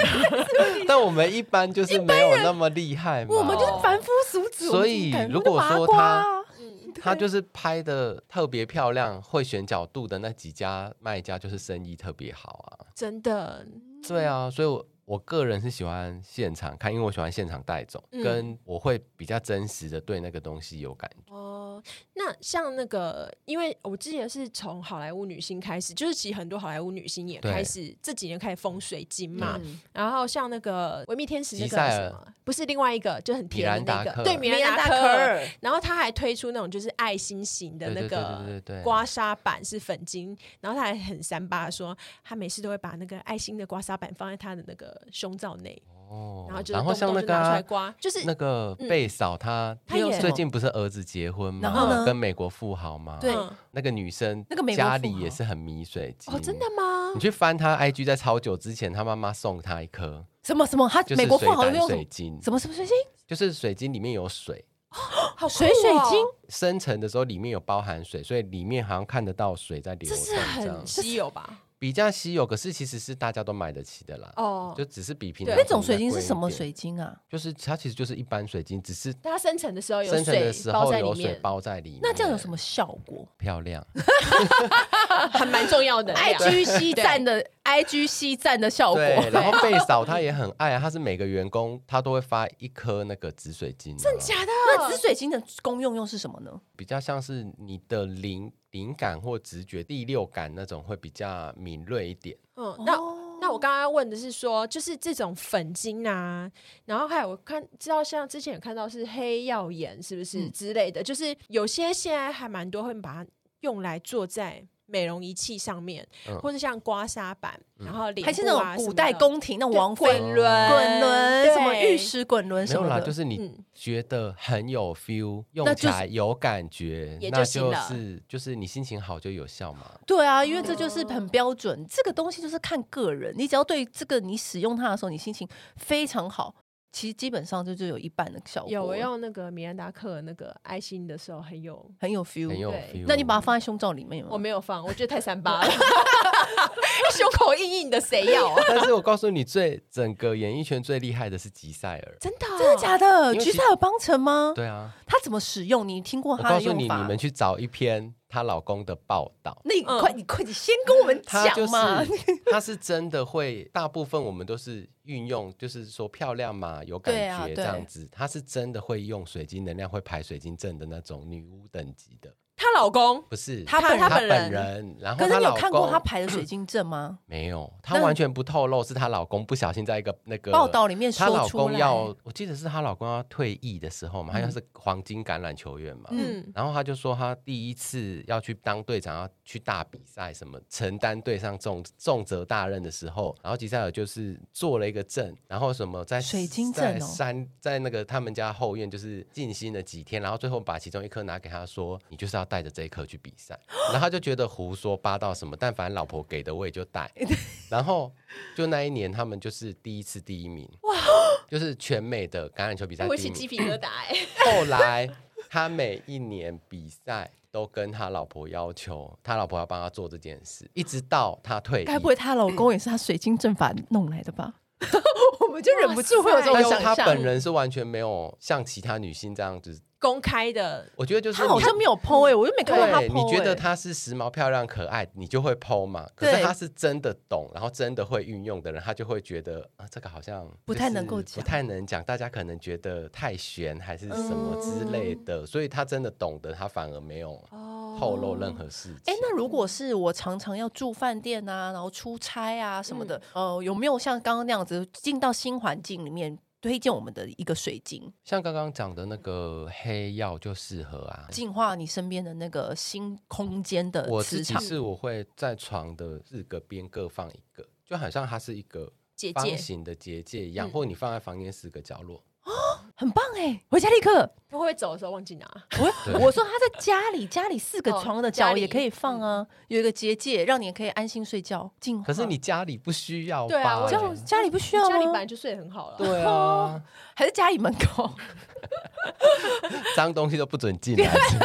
D: 但我们一般就是没有那么厉害嘛。
A: 我们就是凡夫俗子，
D: 所以
A: 我们
D: 如果说
A: 我们就麻瓜啊
D: 他就是拍的特别漂亮，会选角度的那几家卖家就是生意特别好啊。
C: 真的，
D: 对啊，所以我我个人是喜欢现场看，因为我喜欢现场带走，
C: 嗯
D: 跟我会比较真实的对那个东西有感觉。
C: 哦，那像那个，因为我之前是从好莱坞女星开始，就是其实很多好莱坞女星也
D: 对
C: 开始这几年开始封水晶嘛。
A: 嗯
C: 然后像那个维密天使那
D: 吉
C: 个
D: 赛
C: 什
D: 尔
C: 么，不是另外一个就很甜的那
D: 米兰达
C: 个，
D: 克
C: 对米
A: 米兰
C: 兰
A: 达
C: 达
A: 科
C: 科尔。
A: 尔，
C: 然后他还推出那种就是爱心型的
D: 对
C: 那
D: 对对对
C: 个
D: 对对
C: 刮痧板是粉晶，然后他还很三八说，他每次都会把那个爱心的刮痧板放在他的那个胸罩内，
D: 哦
C: 然后就是
D: 然后
C: 动不
D: 像
C: 动
D: 那
C: 就
D: 个
C: 拿出
D: 啊、
C: 来刮，就是
D: 那个
C: 嗯
D: 贝嫂她，
C: 她也
D: 最近不是儿子结婚嘛，
A: 然后呢
D: 跟美国富豪嘛，
A: 对
C: 嗯
D: 那个女生
A: 那个美国
D: 家
A: 富
D: 里
A: 豪
D: 也是很迷水晶
C: 哦，真的。吗
D: 你？去翻她 IG，在超久之前，她妈妈送她一颗，
A: 什么什么，他
D: 就是
A: 美国
D: 水
A: 富豪
D: 胆
A: 用什
D: 水
A: 么
D: 晶，
A: 什么什么水晶，
D: 就是水晶里面有水，
C: 好酷
A: 水水
C: 哦
A: 晶，
D: 生成的时候里面有包含水，所以里面好像看得到水在流
C: 这
D: 动，
C: 是
D: 这样
C: 很稀有吧？
D: 比较稀有，可是其实是大家都买得起的啦。
C: 哦
D: 就只是比平
C: 对
D: 常
A: 那种水晶是什么
D: 更贵一点？
A: 水晶啊？
D: 就是它其实就是一般水晶，只是
C: 但它生成的时候有
D: 生成的
C: 水
D: 时
C: 包
D: 候
C: 在
D: 有
C: 里
D: 水
C: 面，
D: 包在里面。
A: 那这样有什么效果
D: 漂亮？
C: 还啊蛮重 要的能量。
A: ？IGC 站的 IGC 站的效果，
D: 对，然后 贝嫂她也很爱啊，她是每个员工她都会发一颗那个紫水晶啊，真
C: 假的？
A: 那紫水晶的功用又是什么呢？
D: 比较像是你的灵灵感或直觉、第六感那种会比较敏锐一点。
C: 嗯，那那我刚刚问的是说，就是这种粉晶啊，然后还有我看知道像之前有看到是黑曜岩，是不是、
A: 嗯
C: 之类的？就是有些现在还蛮多会把它用来做在美容仪器上面，
D: 嗯
C: 或者像刮痧板，然后脸、啊、
A: 还是那种古代
C: 工
A: 宫廷那种
C: 对
A: 王妃
C: 滚轮、
A: 滚轮什么
C: 对
A: 玉。石滚轮呃
D: 没
A: 什
D: 有
A: 么
D: 啦，
A: 的，
D: 就是你
C: 嗯
D: 觉得很有 feel，
A: 那
D: 用
A: 就是
D: 起来有感觉，
C: 也就
D: 那
C: 行
D: 就
C: 了
D: 是就是你心情好就有效嘛。
A: 对啊，因为这就是很标准。这个东西就是看个人，你只要对这个你使用它的时候，你心情非常好，其实基本上这就有一半的效果，
C: 有我用那个米兰达克那个爱心的时候很有，
A: 很有 feel。
D: 很有
C: 对
D: feel，
A: 那你把它放在胸罩里面吗？
C: 我没有放，我觉得太三 八了，胸口硬硬的谁要啊？
D: 但是我告诉你，最整个演艺圈最厉害的是吉赛尔。
C: 真的哦、
A: 真的假的？
D: 因为
A: 菊
D: 其
A: 赛有帮衬吗？
D: 对啊，
A: 它怎么使用？你听过
D: 我
A: 它
D: 告
A: 的
D: 诉
A: 用
D: 你，你
A: 法？
D: 们去找一篇她老公的报道。
A: 那你
C: 嗯
A: 快，你快，你先跟我们
D: 她就
A: 讲
D: 是
A: 嘛。
D: 她是真的会，大部分我们都是运用，就是说漂亮嘛，有感
A: 对啊
D: 觉
A: 对
D: 这样子。她是真的会用水晶能量，会排水晶阵的那种女巫等级的，
C: 她老公
D: 不是
A: 她本
D: 她
A: 人
D: 本人。然后
A: 可是
D: 她
A: 你有
D: 老
A: 看过
D: 公
A: 她排的水晶阵吗？
D: 没有，她
A: 那哦
D: 完全不透露，是她老公不小心在一个那 个
A: 报道里面
D: 她
A: 说
D: 老
A: 出
D: 公
A: 来，
D: 要，我记得是她老公要退役的时候嘛，她像是黄金橄榄球员嘛，
A: 嗯
C: 嗯，
D: 然后她就说她第一次要去当队长，要去大比赛什么，承担队上重重责大任的时候，然后吉赛尔就是做了一个阵，然后什么在
A: 水晶阵
D: 在
A: 哦
D: 山在那个他们家后院就是静心了几天，然后最后把其中一颗拿给她说，你就是要带着这一颗去比 赛，然后她就觉得胡说八道什么，但反正老婆给的我也就 带，然后就那一年他们就是第一次第一名，哇，就是全美的橄榄球比赛
C: 我
D: 第
C: 起
D: 一名
C: 鸡。皮疙瘩哎、
D: 后来他每一年比赛都跟他老婆要求，他老婆要帮他做这件事，一直到他退役。
A: 该不会她老公也是她水晶阵法弄来的吧？ 我们就忍不住会有这种
D: 但
A: 涌
D: 是
A: 向。
D: 他本人是完全没有像其他女性这样子，
C: 公开的，
D: 我觉得就是
A: 他好
D: 你
A: 像没有 PO 哎、我又没看到他 PO、
D: 对，你觉得？她是时髦、漂亮、可爱，你就会剖嘛？可
A: 对
D: 是她是真的懂，然后真的会运用的人，她就会觉得啊，这个好像
A: 不
D: 就
A: 太
D: 是
A: 能够讲
D: 不太能讲，大家可能觉
A: 嗯
D: 得太悬还是什么之类的，所以她真的懂得，她反而没有
C: 哦
D: 透露任何事情。
A: 哎，哦那如果是我常常要住饭店啊，然后出差啊什么的，呃，有没有像刚刚那样子进到新环境里面，推荐我们的一个水晶，
D: 像刚刚讲的那个黑曜就适合啊。
A: 净化你身边的那个新空间的
D: 我
A: 磁
D: 自己
A: 场？
D: 是我会在床的四个边各放一个，就好像它是一个
C: 姐
D: 方
C: 姐
D: 形的结界一样，
C: 嗯
D: 或者你放在房间四个角落。
A: 很棒哎、回家立刻！
C: 会不会走的时候忘记拿？
D: 对
A: 我我说他在家里，家里四个
C: 哦
A: 床的
C: 家
A: 角
C: 里
A: 也可以放啊，有一个结界，让你可以安心睡觉。净化
D: 可是你家里不需要吧？
C: 对啊我
A: 这
C: 就
A: 样家里不需要
C: 家里本
A: 吗
C: 来？就睡得很好了。
D: 对啊，
A: 还是家里门口？
D: 脏东西都不准进来。是不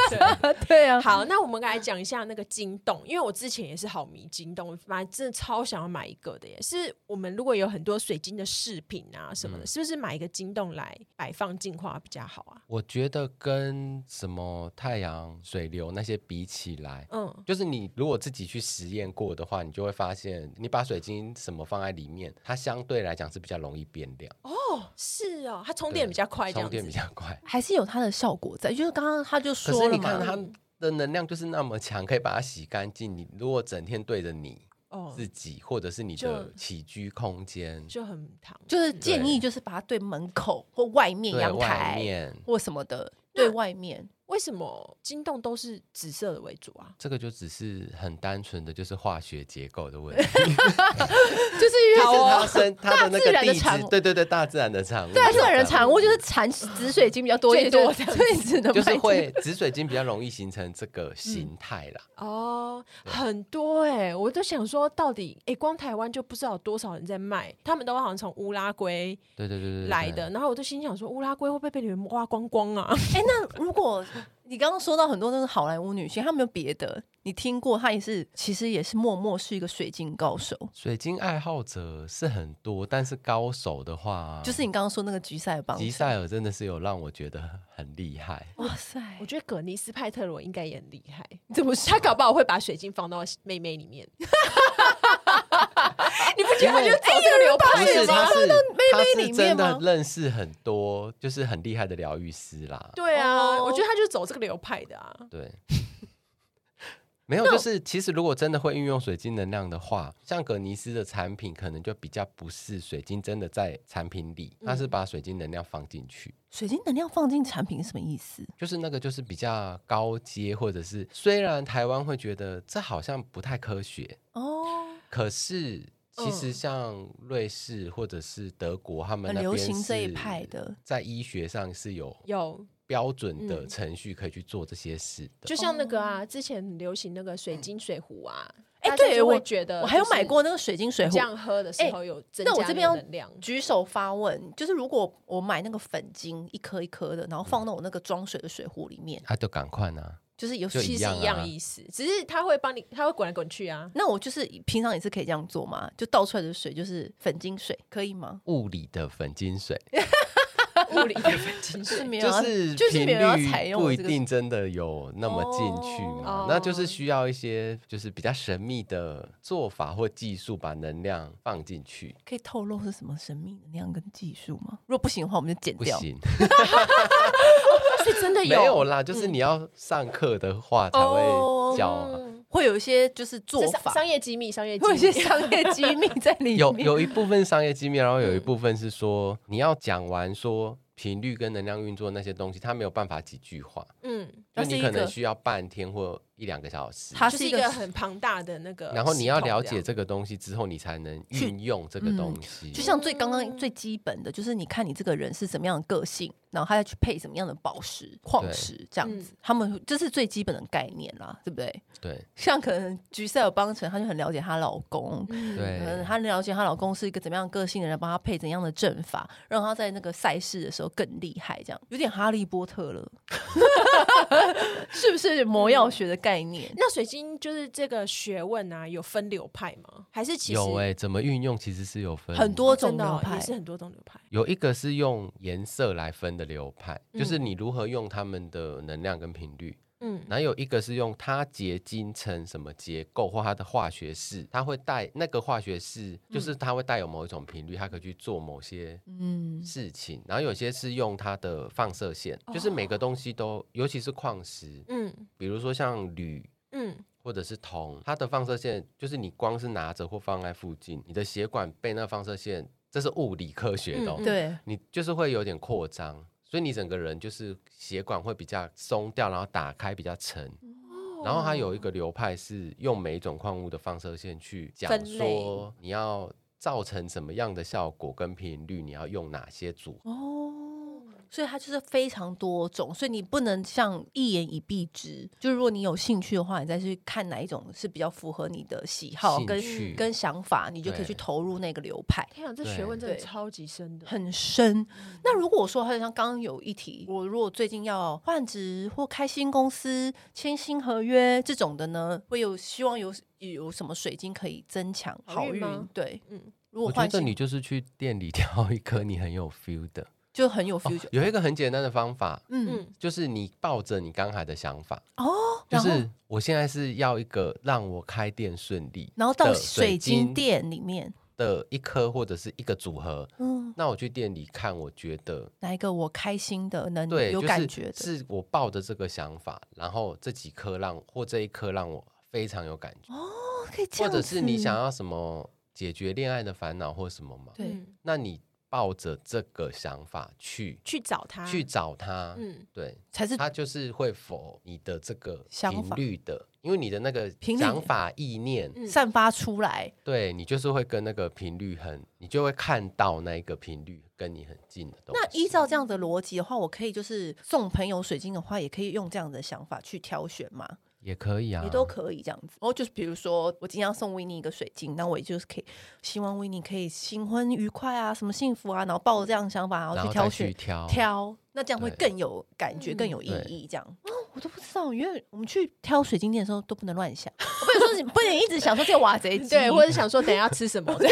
D: 是
A: 对啊，
C: 好，那我们来讲一下那个金洞，因为我之前也是好迷金洞，买真的超想要买一个的耶。是我们如果有很多水晶的饰品啊什么的，
D: 嗯
C: 是不是买一个金洞来摆放净化比较好啊？
D: 我觉得跟什么太阳、水流那些比起来，
C: 嗯，
D: 就是你如果自己去实验过的话，你就会发现，你把水晶什么放在里面，它相对来讲是比较容易变亮，
C: 哦，是哦，它充电比较快，这
D: 充
C: 样子
D: 电比较快。
A: 还是有它的效果在。就是刚刚他就
D: 可
A: 说
D: 是
A: 了
D: 你
A: 嘛，
D: 看它的能量就是那么强，可以把它洗干净。你如果整天对着你
C: 哦，
D: 自己，或者是你的起居空间，
C: 就很烫。
A: 就是建议就是把它对门口或外面
D: 对
A: 阳
D: 外
A: 台
D: 面，
A: 或什么的，
C: 那
A: 对外面。
C: 为什么金洞都是紫色的为主啊？
D: 这个就只是很单纯的就是化学结构的问题，
A: 就是因为
D: 它是
A: 是
D: 它生它的
A: 大
D: 那
A: 自
D: 个
A: 然的
D: 地
A: 产物
D: 质，对对对，大自然的产物，
A: 对啊，这个人
D: 产
A: 产物就是产紫水晶比较多一些，
C: 最多
A: 就
C: 这样
A: 所以只能
D: 就是
A: 卖
D: 会 紫水晶比较容易形成这个
A: 嗯
D: 形态啦。
C: 哦，
D: 啊
C: 很多哎、我都想说，到底哎、光台湾就不知道有多少人在卖，他们都好像从乌拉圭
D: 对对对嗯对对，
C: 来的，然后我就心想说，乌拉圭会不会被你们挖光光啊？
A: 哎、那如果你刚刚说到很多都是好莱坞女星，她没有别的，你听过她也是，其实也是默默是一个水晶高手，
D: 水晶爱好者是很多，但是高手的话，
A: 就是你刚刚说那个菊赛帮。
D: 啊吉塞尔真的是有让我觉得很厉害。
A: 哇塞，
C: 我觉得葛尼斯派特罗应该也很厉害，怎么他搞不好会把水晶放到妹妹里面？ 你不觉得他就是走这个流
D: 不
C: 派的
D: 是，
C: 吗？
D: 他是他
A: 里
D: 是
A: 面
D: 真的
A: 吗
D: 认识很多，就是很厉害的疗愈师啦。
C: 对啊，
A: 哦
C: 我觉得他就是走这个流派的啊。
D: 对，没有，就是其实如果真的会运用水晶能量的话，像葛尼斯的产品可能就比较不是水晶真的在产品里，
A: 嗯
D: 它是把水晶能量放进去。
A: 水晶能量放进产品是什么意思？
D: 就是那个，就是比较高阶，或者是虽然台湾会觉得这好像不太科学，
A: 哦，
D: 可是其
C: 嗯
D: 实像瑞士或者是德国，他们
A: 很
D: 那
A: 流
D: 边
A: 行这一
D: 是
A: 派的
D: 在医学上是有
C: 有，
D: 标准的
C: 嗯
D: 程序可以去做这些事的。
C: 就像那个啊，之前很流行那个水晶水壶啊，
A: 哦哎
C: 大家
A: 对
C: 就会
A: 我
C: 觉得
A: 我还有
C: 就是
A: 买过那个水晶水壶哎
C: 这。样喝的时候有增
A: 那我
C: 加
A: 这
C: 你
A: 边
C: 的
A: 要
C: 能量。
A: 举手发问，就是如果我买那个粉晶一颗一颗的，然后放到我那个装水的水壶里面，
D: 啊，就赶快呢，
A: 就是有
D: 就
A: 其
C: 其
A: 实
C: 实
D: 样啊
C: 一样意思，只是他会帮你，他会滚来滚去 啊。
A: 那我就是平常也是可以这样做嘛，就倒出来的水就是粉晶水，可以吗？
D: 物理的粉晶水，
C: 物理的分清
A: 是
C: 水。
A: 没有
D: 就
A: 要，
D: 是
A: 就是
D: 频
A: 没有要采
D: 率
A: 用
D: 不
A: 我
D: 一
A: 这个
D: 定真的有那么进去嘛
C: 哦，
D: 那就是需要一些就是比较神秘的做法或技术把能量放进去。
A: 可以透露是什么神秘能量跟技术吗？如果不行的话，我们就剪
D: 不
A: 掉。
D: 行，
C: 是真的
D: 没 有啦，就是你要上课的话才
A: 嗯哦
D: 会教啊。
A: 会有一些就是做
C: 这是
A: 法，
C: 商业机密，商业 机
A: 会有一些
C: 密。
A: 商业机密在里面。
D: 有有一部分商业机密，然后有一部分是说你要讲完说频率跟能量运作那些东西，它没有办法几句话，
C: 嗯，
D: 就
A: 它是
D: 你
A: 一
D: 可
A: 个
D: 能需要半天或一两个小时。
A: 它
C: 就是是
A: 一
C: 一
A: 个
C: 个很庞大的那个系统这样。
D: 然后你要了解这个东西之后，你才能运用这个东西。
A: 就像最刚刚最基本的，就是你看你这个人是什么样的个性，然后他再去配什么样的宝石、矿石这
C: 嗯
A: 样子，他们这是最基本的概念啦，对不对？
D: 对
A: 像可能菊塞尔邦辰，她就很了解她老公，
C: 嗯
D: 对
A: 可呃能她了解她老公是一个怎么样个性的人，帮她配怎样的阵法，让她在那个赛事的时候更厉害，这样有点哈利波特 了， 是不是魔药学的概念？
C: 那水晶就是这个学问啊，有分流派吗？还是其实
D: 有哎、怎么运用其实是有分
A: 很多种
C: 真的
A: 流
C: 哦
A: 派
C: 也是很多种流派。
D: 有一个是用颜色来分的流派，就是你如何用它们的能量跟频率。
B: 嗯
D: 然后有一个是用它结晶成什么结构或它的化学式，它会带那个化学式，就是它会带有某一种频率，它可以去做某些
A: 嗯，
D: 事情。然后有些是用它的放射线，就是每个东西都，尤其是矿石，
B: 嗯
D: 比如说像铝。
B: 嗯，
D: 或者是铜，它的放射线就是你光是拿着或放在附近，你的血管被那放射线，这是物理科学的、哦，
B: 嗯
A: 对，
D: 你就是会有点扩张，所以你整个人就是血管会比较松掉，然后打开比较沉。然后它有一个流派是用每一种矿物的放射线去讲
C: 分
D: 说
C: 类
D: 你要造成什么样的效果跟频率，你要用哪些组
C: 嗯
D: 合。
A: 哦，所以它就是非常多种，所以你不能像一言以蔽之。就是如果你有兴趣的话，你再去看哪一种是比较符合你的喜好
D: 兴
A: 跟
D: 趣
A: 跟想法，你就可以去
D: 对
A: 投入那个流派。
C: 天啊，这
D: 对
C: 学问真的
A: 对
C: 超级深的。嗯
A: 很深。那如果说，好像刚刚有一题，我如果最近要换职或开新公司、签新合约这种的呢，会有希望有有什么水晶可以增强
C: 好
A: 好
C: 运
A: 运
C: 吗？
A: 对，
C: 嗯
A: 如果
D: 我觉
A: 换
D: 得
A: 新
D: 你就是去店里 挑一颗你很有 feel 的。
A: 就很有
D: 哦
A: future，、
D: 有一个很简单的方法，
A: 嗯
C: 嗯，
D: 就是你抱着你刚才的想法，
A: 哦，
D: 就
A: 然后
D: 是我现在是要一个让我开店顺利
A: 然后到
D: 的
A: 水
D: 水
A: 晶
D: 晶
A: 店里面，
D: 的一颗或者是一个组合。
A: 嗯，
D: 那我去店里看，我觉得
A: 哪一个我开心的能
D: 对，
A: 嗯有
D: 就
A: 感
D: 是
A: 觉的？
D: 是我抱着这个想法，然后这几颗让或这一颗让我非常有感觉，
A: 哦可以这
D: 或
A: 样
D: 者是你
A: 子
D: 想要什么解决恋爱的烦恼或什么嘛？
A: 对
C: 嗯
D: 那你抱着这个想法去
C: 去找
A: 啊
C: 他，
D: 去找他，
C: 嗯，
D: 对，
A: 才是
D: 它就是会否你的这个
A: 想
D: 频
A: 法
D: 率的，因为你的那个
A: 频率
D: 想法意念，
C: 嗯
A: 散发出来，
D: 对你就是会跟那个频率很，你就会看到那一个频率跟你很近的东
C: 嗯
D: 西。
A: 那依照这样的逻辑的话，我可以就是送朋友水晶的话，也可以用这样的想法去挑选嘛，
D: 也可以啊，
A: 也都可以这样子。然后就是比如说，我今天要送维尼一个水晶，那我也就是可以希望维尼可以新婚愉快啊，什么幸福啊，然后抱着这样的想法，然
D: 然
A: 后去
D: 后
A: 挑
D: 再
A: 选
D: 去挑
A: 挑，那这样会
D: 对
A: 更有感觉，
C: 嗯
A: 更有意
D: 对
A: 义。这样，哦，我都不知道，因为我们去挑水晶店的时候都不能乱想， 我不能说你不能一直想说这瓦贼鸡，
C: 对，或者想说等一下要吃什么， 对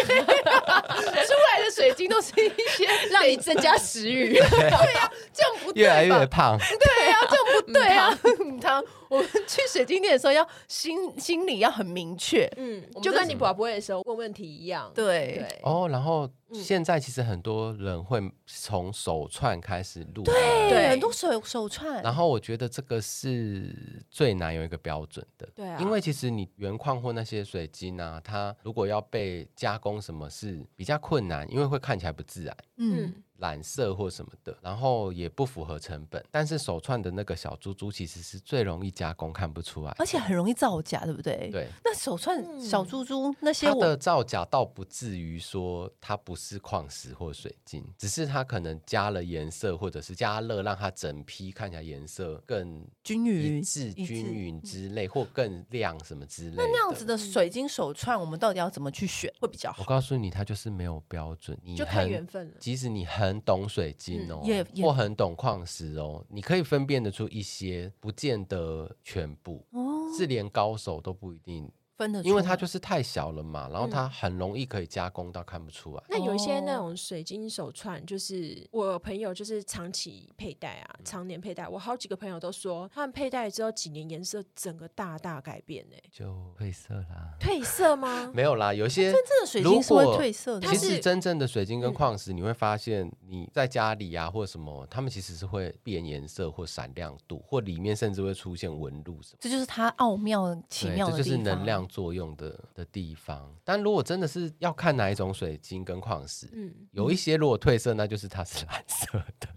A: 出来的水晶都是一些
C: 让你增加食欲。
A: 这样不对
D: 越来越
A: 吧？
D: 胖，
A: 对啊，这不对啊！他， 我们去水晶店的时候要心心里要很明确，
C: 嗯
A: 我，们
C: 就
A: 这
C: 跟
A: 是
C: 你卜卜的时候问问题一样。
A: 对
C: 对，
D: 哦，然后
A: 嗯
D: 现在其实很多人会从手串开始录，对
C: 对
A: 很多手手串，
D: 然后我觉得这个是最难有一个标准的，
C: 对啊
D: 因为其实你原矿或那些水晶啊，它如果要被加工什么是比较困难，因为会看起来不自然。
A: 嗯，
C: 嗯，
D: 染色或什么的，然后也不符合成本。但是手串的那个小珠珠其实是最容易加工，看不出来。
A: 而且很容易造假，对不对？。
D: 对
A: 那手串、小珠珠那些
D: 它
A: 我，
D: 的造假倒不至于说它不是矿石或水晶，只是它可能加了颜色或者是加热，让它整批看起来颜色更
A: 均匀
D: 一致、
A: 一致嗯
D: 均匀之类，或更亮什么之类
A: 那那样子。的水晶手串，我们到底要怎么去选会比较
D: 我
A: 好？
D: 告诉你，它就是没有标准，你
C: 就看
D: 很
C: 缘分了。
D: 即使你很懂水晶哦，
A: 嗯也也
D: 或很懂矿石哦，你可以分辨得出一些，不见得全部，
A: 哦，
D: 是连高手都不一定，
A: 分的，
D: 因为它就是太小了嘛，
A: 嗯
D: 然后它很容易可以加工到看不出来。
C: 那有一些那
A: 哦
C: 种水晶手串，就是我朋友就是长期佩戴啊，常年佩戴。我好几个朋友都说，他们佩戴之后几年颜色整个大大改变呢、
D: 就褪色啦，
C: 褪色吗？
D: 没有啦，有一些
A: 哦真正的水晶是会
D: 如果
A: 褪色的，
C: 它
D: 其
C: 是
D: 实真正的水晶跟
C: 嗯
D: 矿石，你会发现你在家里啊或什么，它们其实是会变颜色或闪亮度，或里面甚至会出现纹路什么。
A: 这就是它奥妙奇
D: 对，
A: 妙的
D: 这就
A: 地
D: 是
A: 方
D: 能量作用的的地方。但如果真的是要看哪一种水晶跟矿石，
C: 嗯，
D: 有一些如果褪色，那就是它是蓝色 的，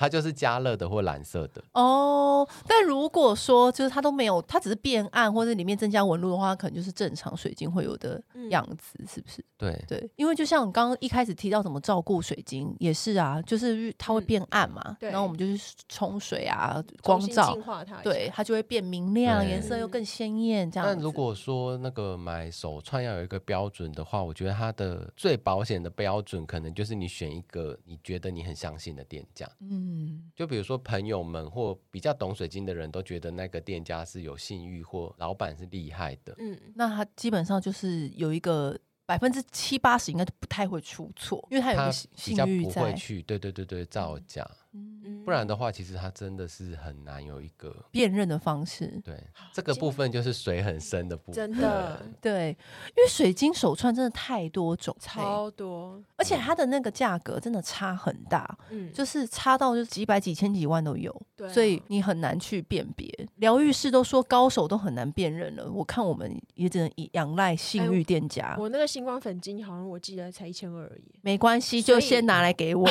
D: 它就是加热的或蓝色的。
A: 哦。但如果说就是它都没有，它只是变暗或者里面增加纹路的话，可能就是正常水晶会有的
C: 嗯
A: 样子，是不是？
D: 对，
A: 对，因为就像你刚刚一开始提到怎么照顾水晶，也是啊，就是它会
C: 嗯
A: 变暗嘛，
C: 对
A: 然后我们就去冲水啊，光
C: 重新
A: 照
C: 净，化它一下。
A: 对，它就会变明亮，
D: 对
A: 颜色又更鲜艳，这样子。
D: 但如果说那个买手串要有一个标准的话，我觉得它的最保险的标准，可能就是你选一个你觉得你很相信的店家。
A: 嗯，
D: 就比如说朋友们或比较懂水晶的人都觉得那个店家是有信誉或老板是厉害的，
C: 嗯，
A: 那它基本上就是有一个百分之七八十应该就不太会出错，因为它有一
D: 他
A: 个信
D: 比较
A: 信誉
D: 不会
A: 在。嗯
D: 去，对对对对，造假。
C: 嗯
D: 不然的话，其实它真的是很难有一个
A: 辨认的方式。
D: 对这个部分就是水很深的部分，
C: 真的
A: 对，因为水晶手串真的太多种类，
C: 超多，
A: 而且它的那个价格真的差很大，
C: 嗯，
A: 就是差到就是几百、几千、几万都有，
C: 对啊
A: 所以你很难去辨别。疗愈师都说高手都很难辨认了，我看我们也只能依仰赖信誉店家。
C: 哎啊我那个星光粉晶好像我记得才一千二而已，
A: 没关系，
C: 所
A: 就
C: 以
A: 先拿来给我。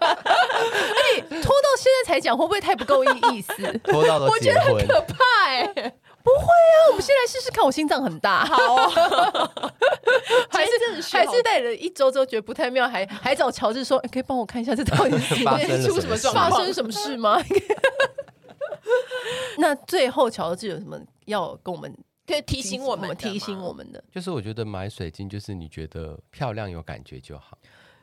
A: 哎，拖到现在才讲，会不会太不够意意思？我
D: 拖到了结婚，
C: 派
A: 们先来试试看，啊我心脏很大，好， 还是
C: 真的哦是
A: 还是带了一周之后觉得不太妙，还还找乔治说，哎可以帮我看一下这到底是
D: 发生了
C: 出
D: 什
C: 什
D: 么
C: 么
D: 事
C: 状？
A: 发生什么事吗？ 那最后乔治有什么要跟我们
C: 可以提醒我们的嘛，
A: 提醒我们的？
D: 就是我觉得买水晶，就是你觉得漂亮有感觉就好，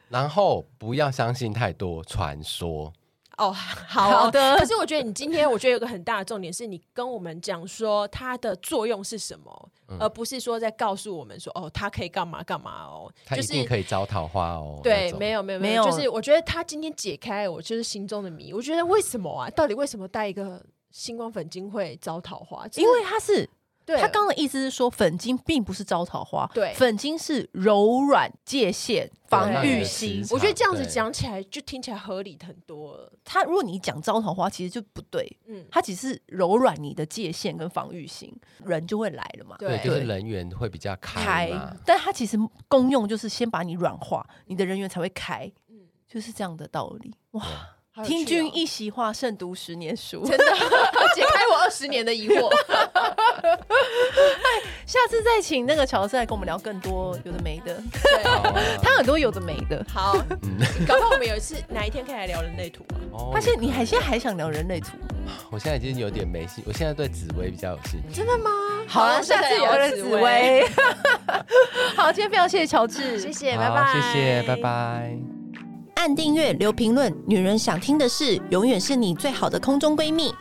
D: 然后不要相信太多传说。
C: 哦， 好
A: 好
C: 哦
A: 的
C: 可是我觉得你今天，我觉得有个很大的重点是你跟我们讲说它的作用是什么，
D: 嗯
C: 而不是说在告诉我们说哦，它可以干嘛干嘛哦，
D: 它
C: 就
D: 一
C: 是
D: 定可以招桃花哦。
C: 对
D: 那，种
C: 没有没有
A: 没
C: 没
A: 有
C: 有，就是我觉得他今天解开我就是心中的谜。我觉得为什么啊？到底为什么戴一个星光粉晶会招桃花？就是
A: 因为他是
C: 对
A: 他刚刚的意思是说，粉晶并不是招桃花，
C: 对
A: 粉晶是柔软界限、防
C: 对
A: 御心。
C: 我觉得这样子，
D: 对
C: 讲起来就听起来合理很多了。
A: 他如果你讲招桃花，其实就不对，
C: 嗯，
A: 他只是柔软你的界限跟防御心，人就会来了嘛。
D: 对，
C: 对
D: 就是人缘会比较开
A: 开
D: 嘛。，
A: 但它其实功用就是先把你软化，你的人缘才会开，就是这样的道理。哇，
C: 好有趣哦
A: 听君一席话，胜读十年书。
C: 真的解开我二十年的疑 惑。
A: 下次再请那个乔治来跟我们聊更多有的没的，
C: 对，
D: 好啊
A: 他很多有的没的。
C: 好，
D: 嗯
C: 搞不好我们有一次哪一天可以来聊人类图啊？
D: 哦
A: 发现你还现在还想聊人类图？
D: 我现在已经有点没兴，我现在对紫薇比较有兴趣。
C: 真的吗？
A: 好
D: 啊
A: 了，
C: 我
A: 下次有了
C: 紫
A: 紫，薇。 好，今天非常谢谢乔治，
C: 谢谢，
D: 好
C: 拜拜，
D: 谢谢，拜。拜。
A: 按订阅，留评论，女人想听的事，永远是你最好的空中闺蜜。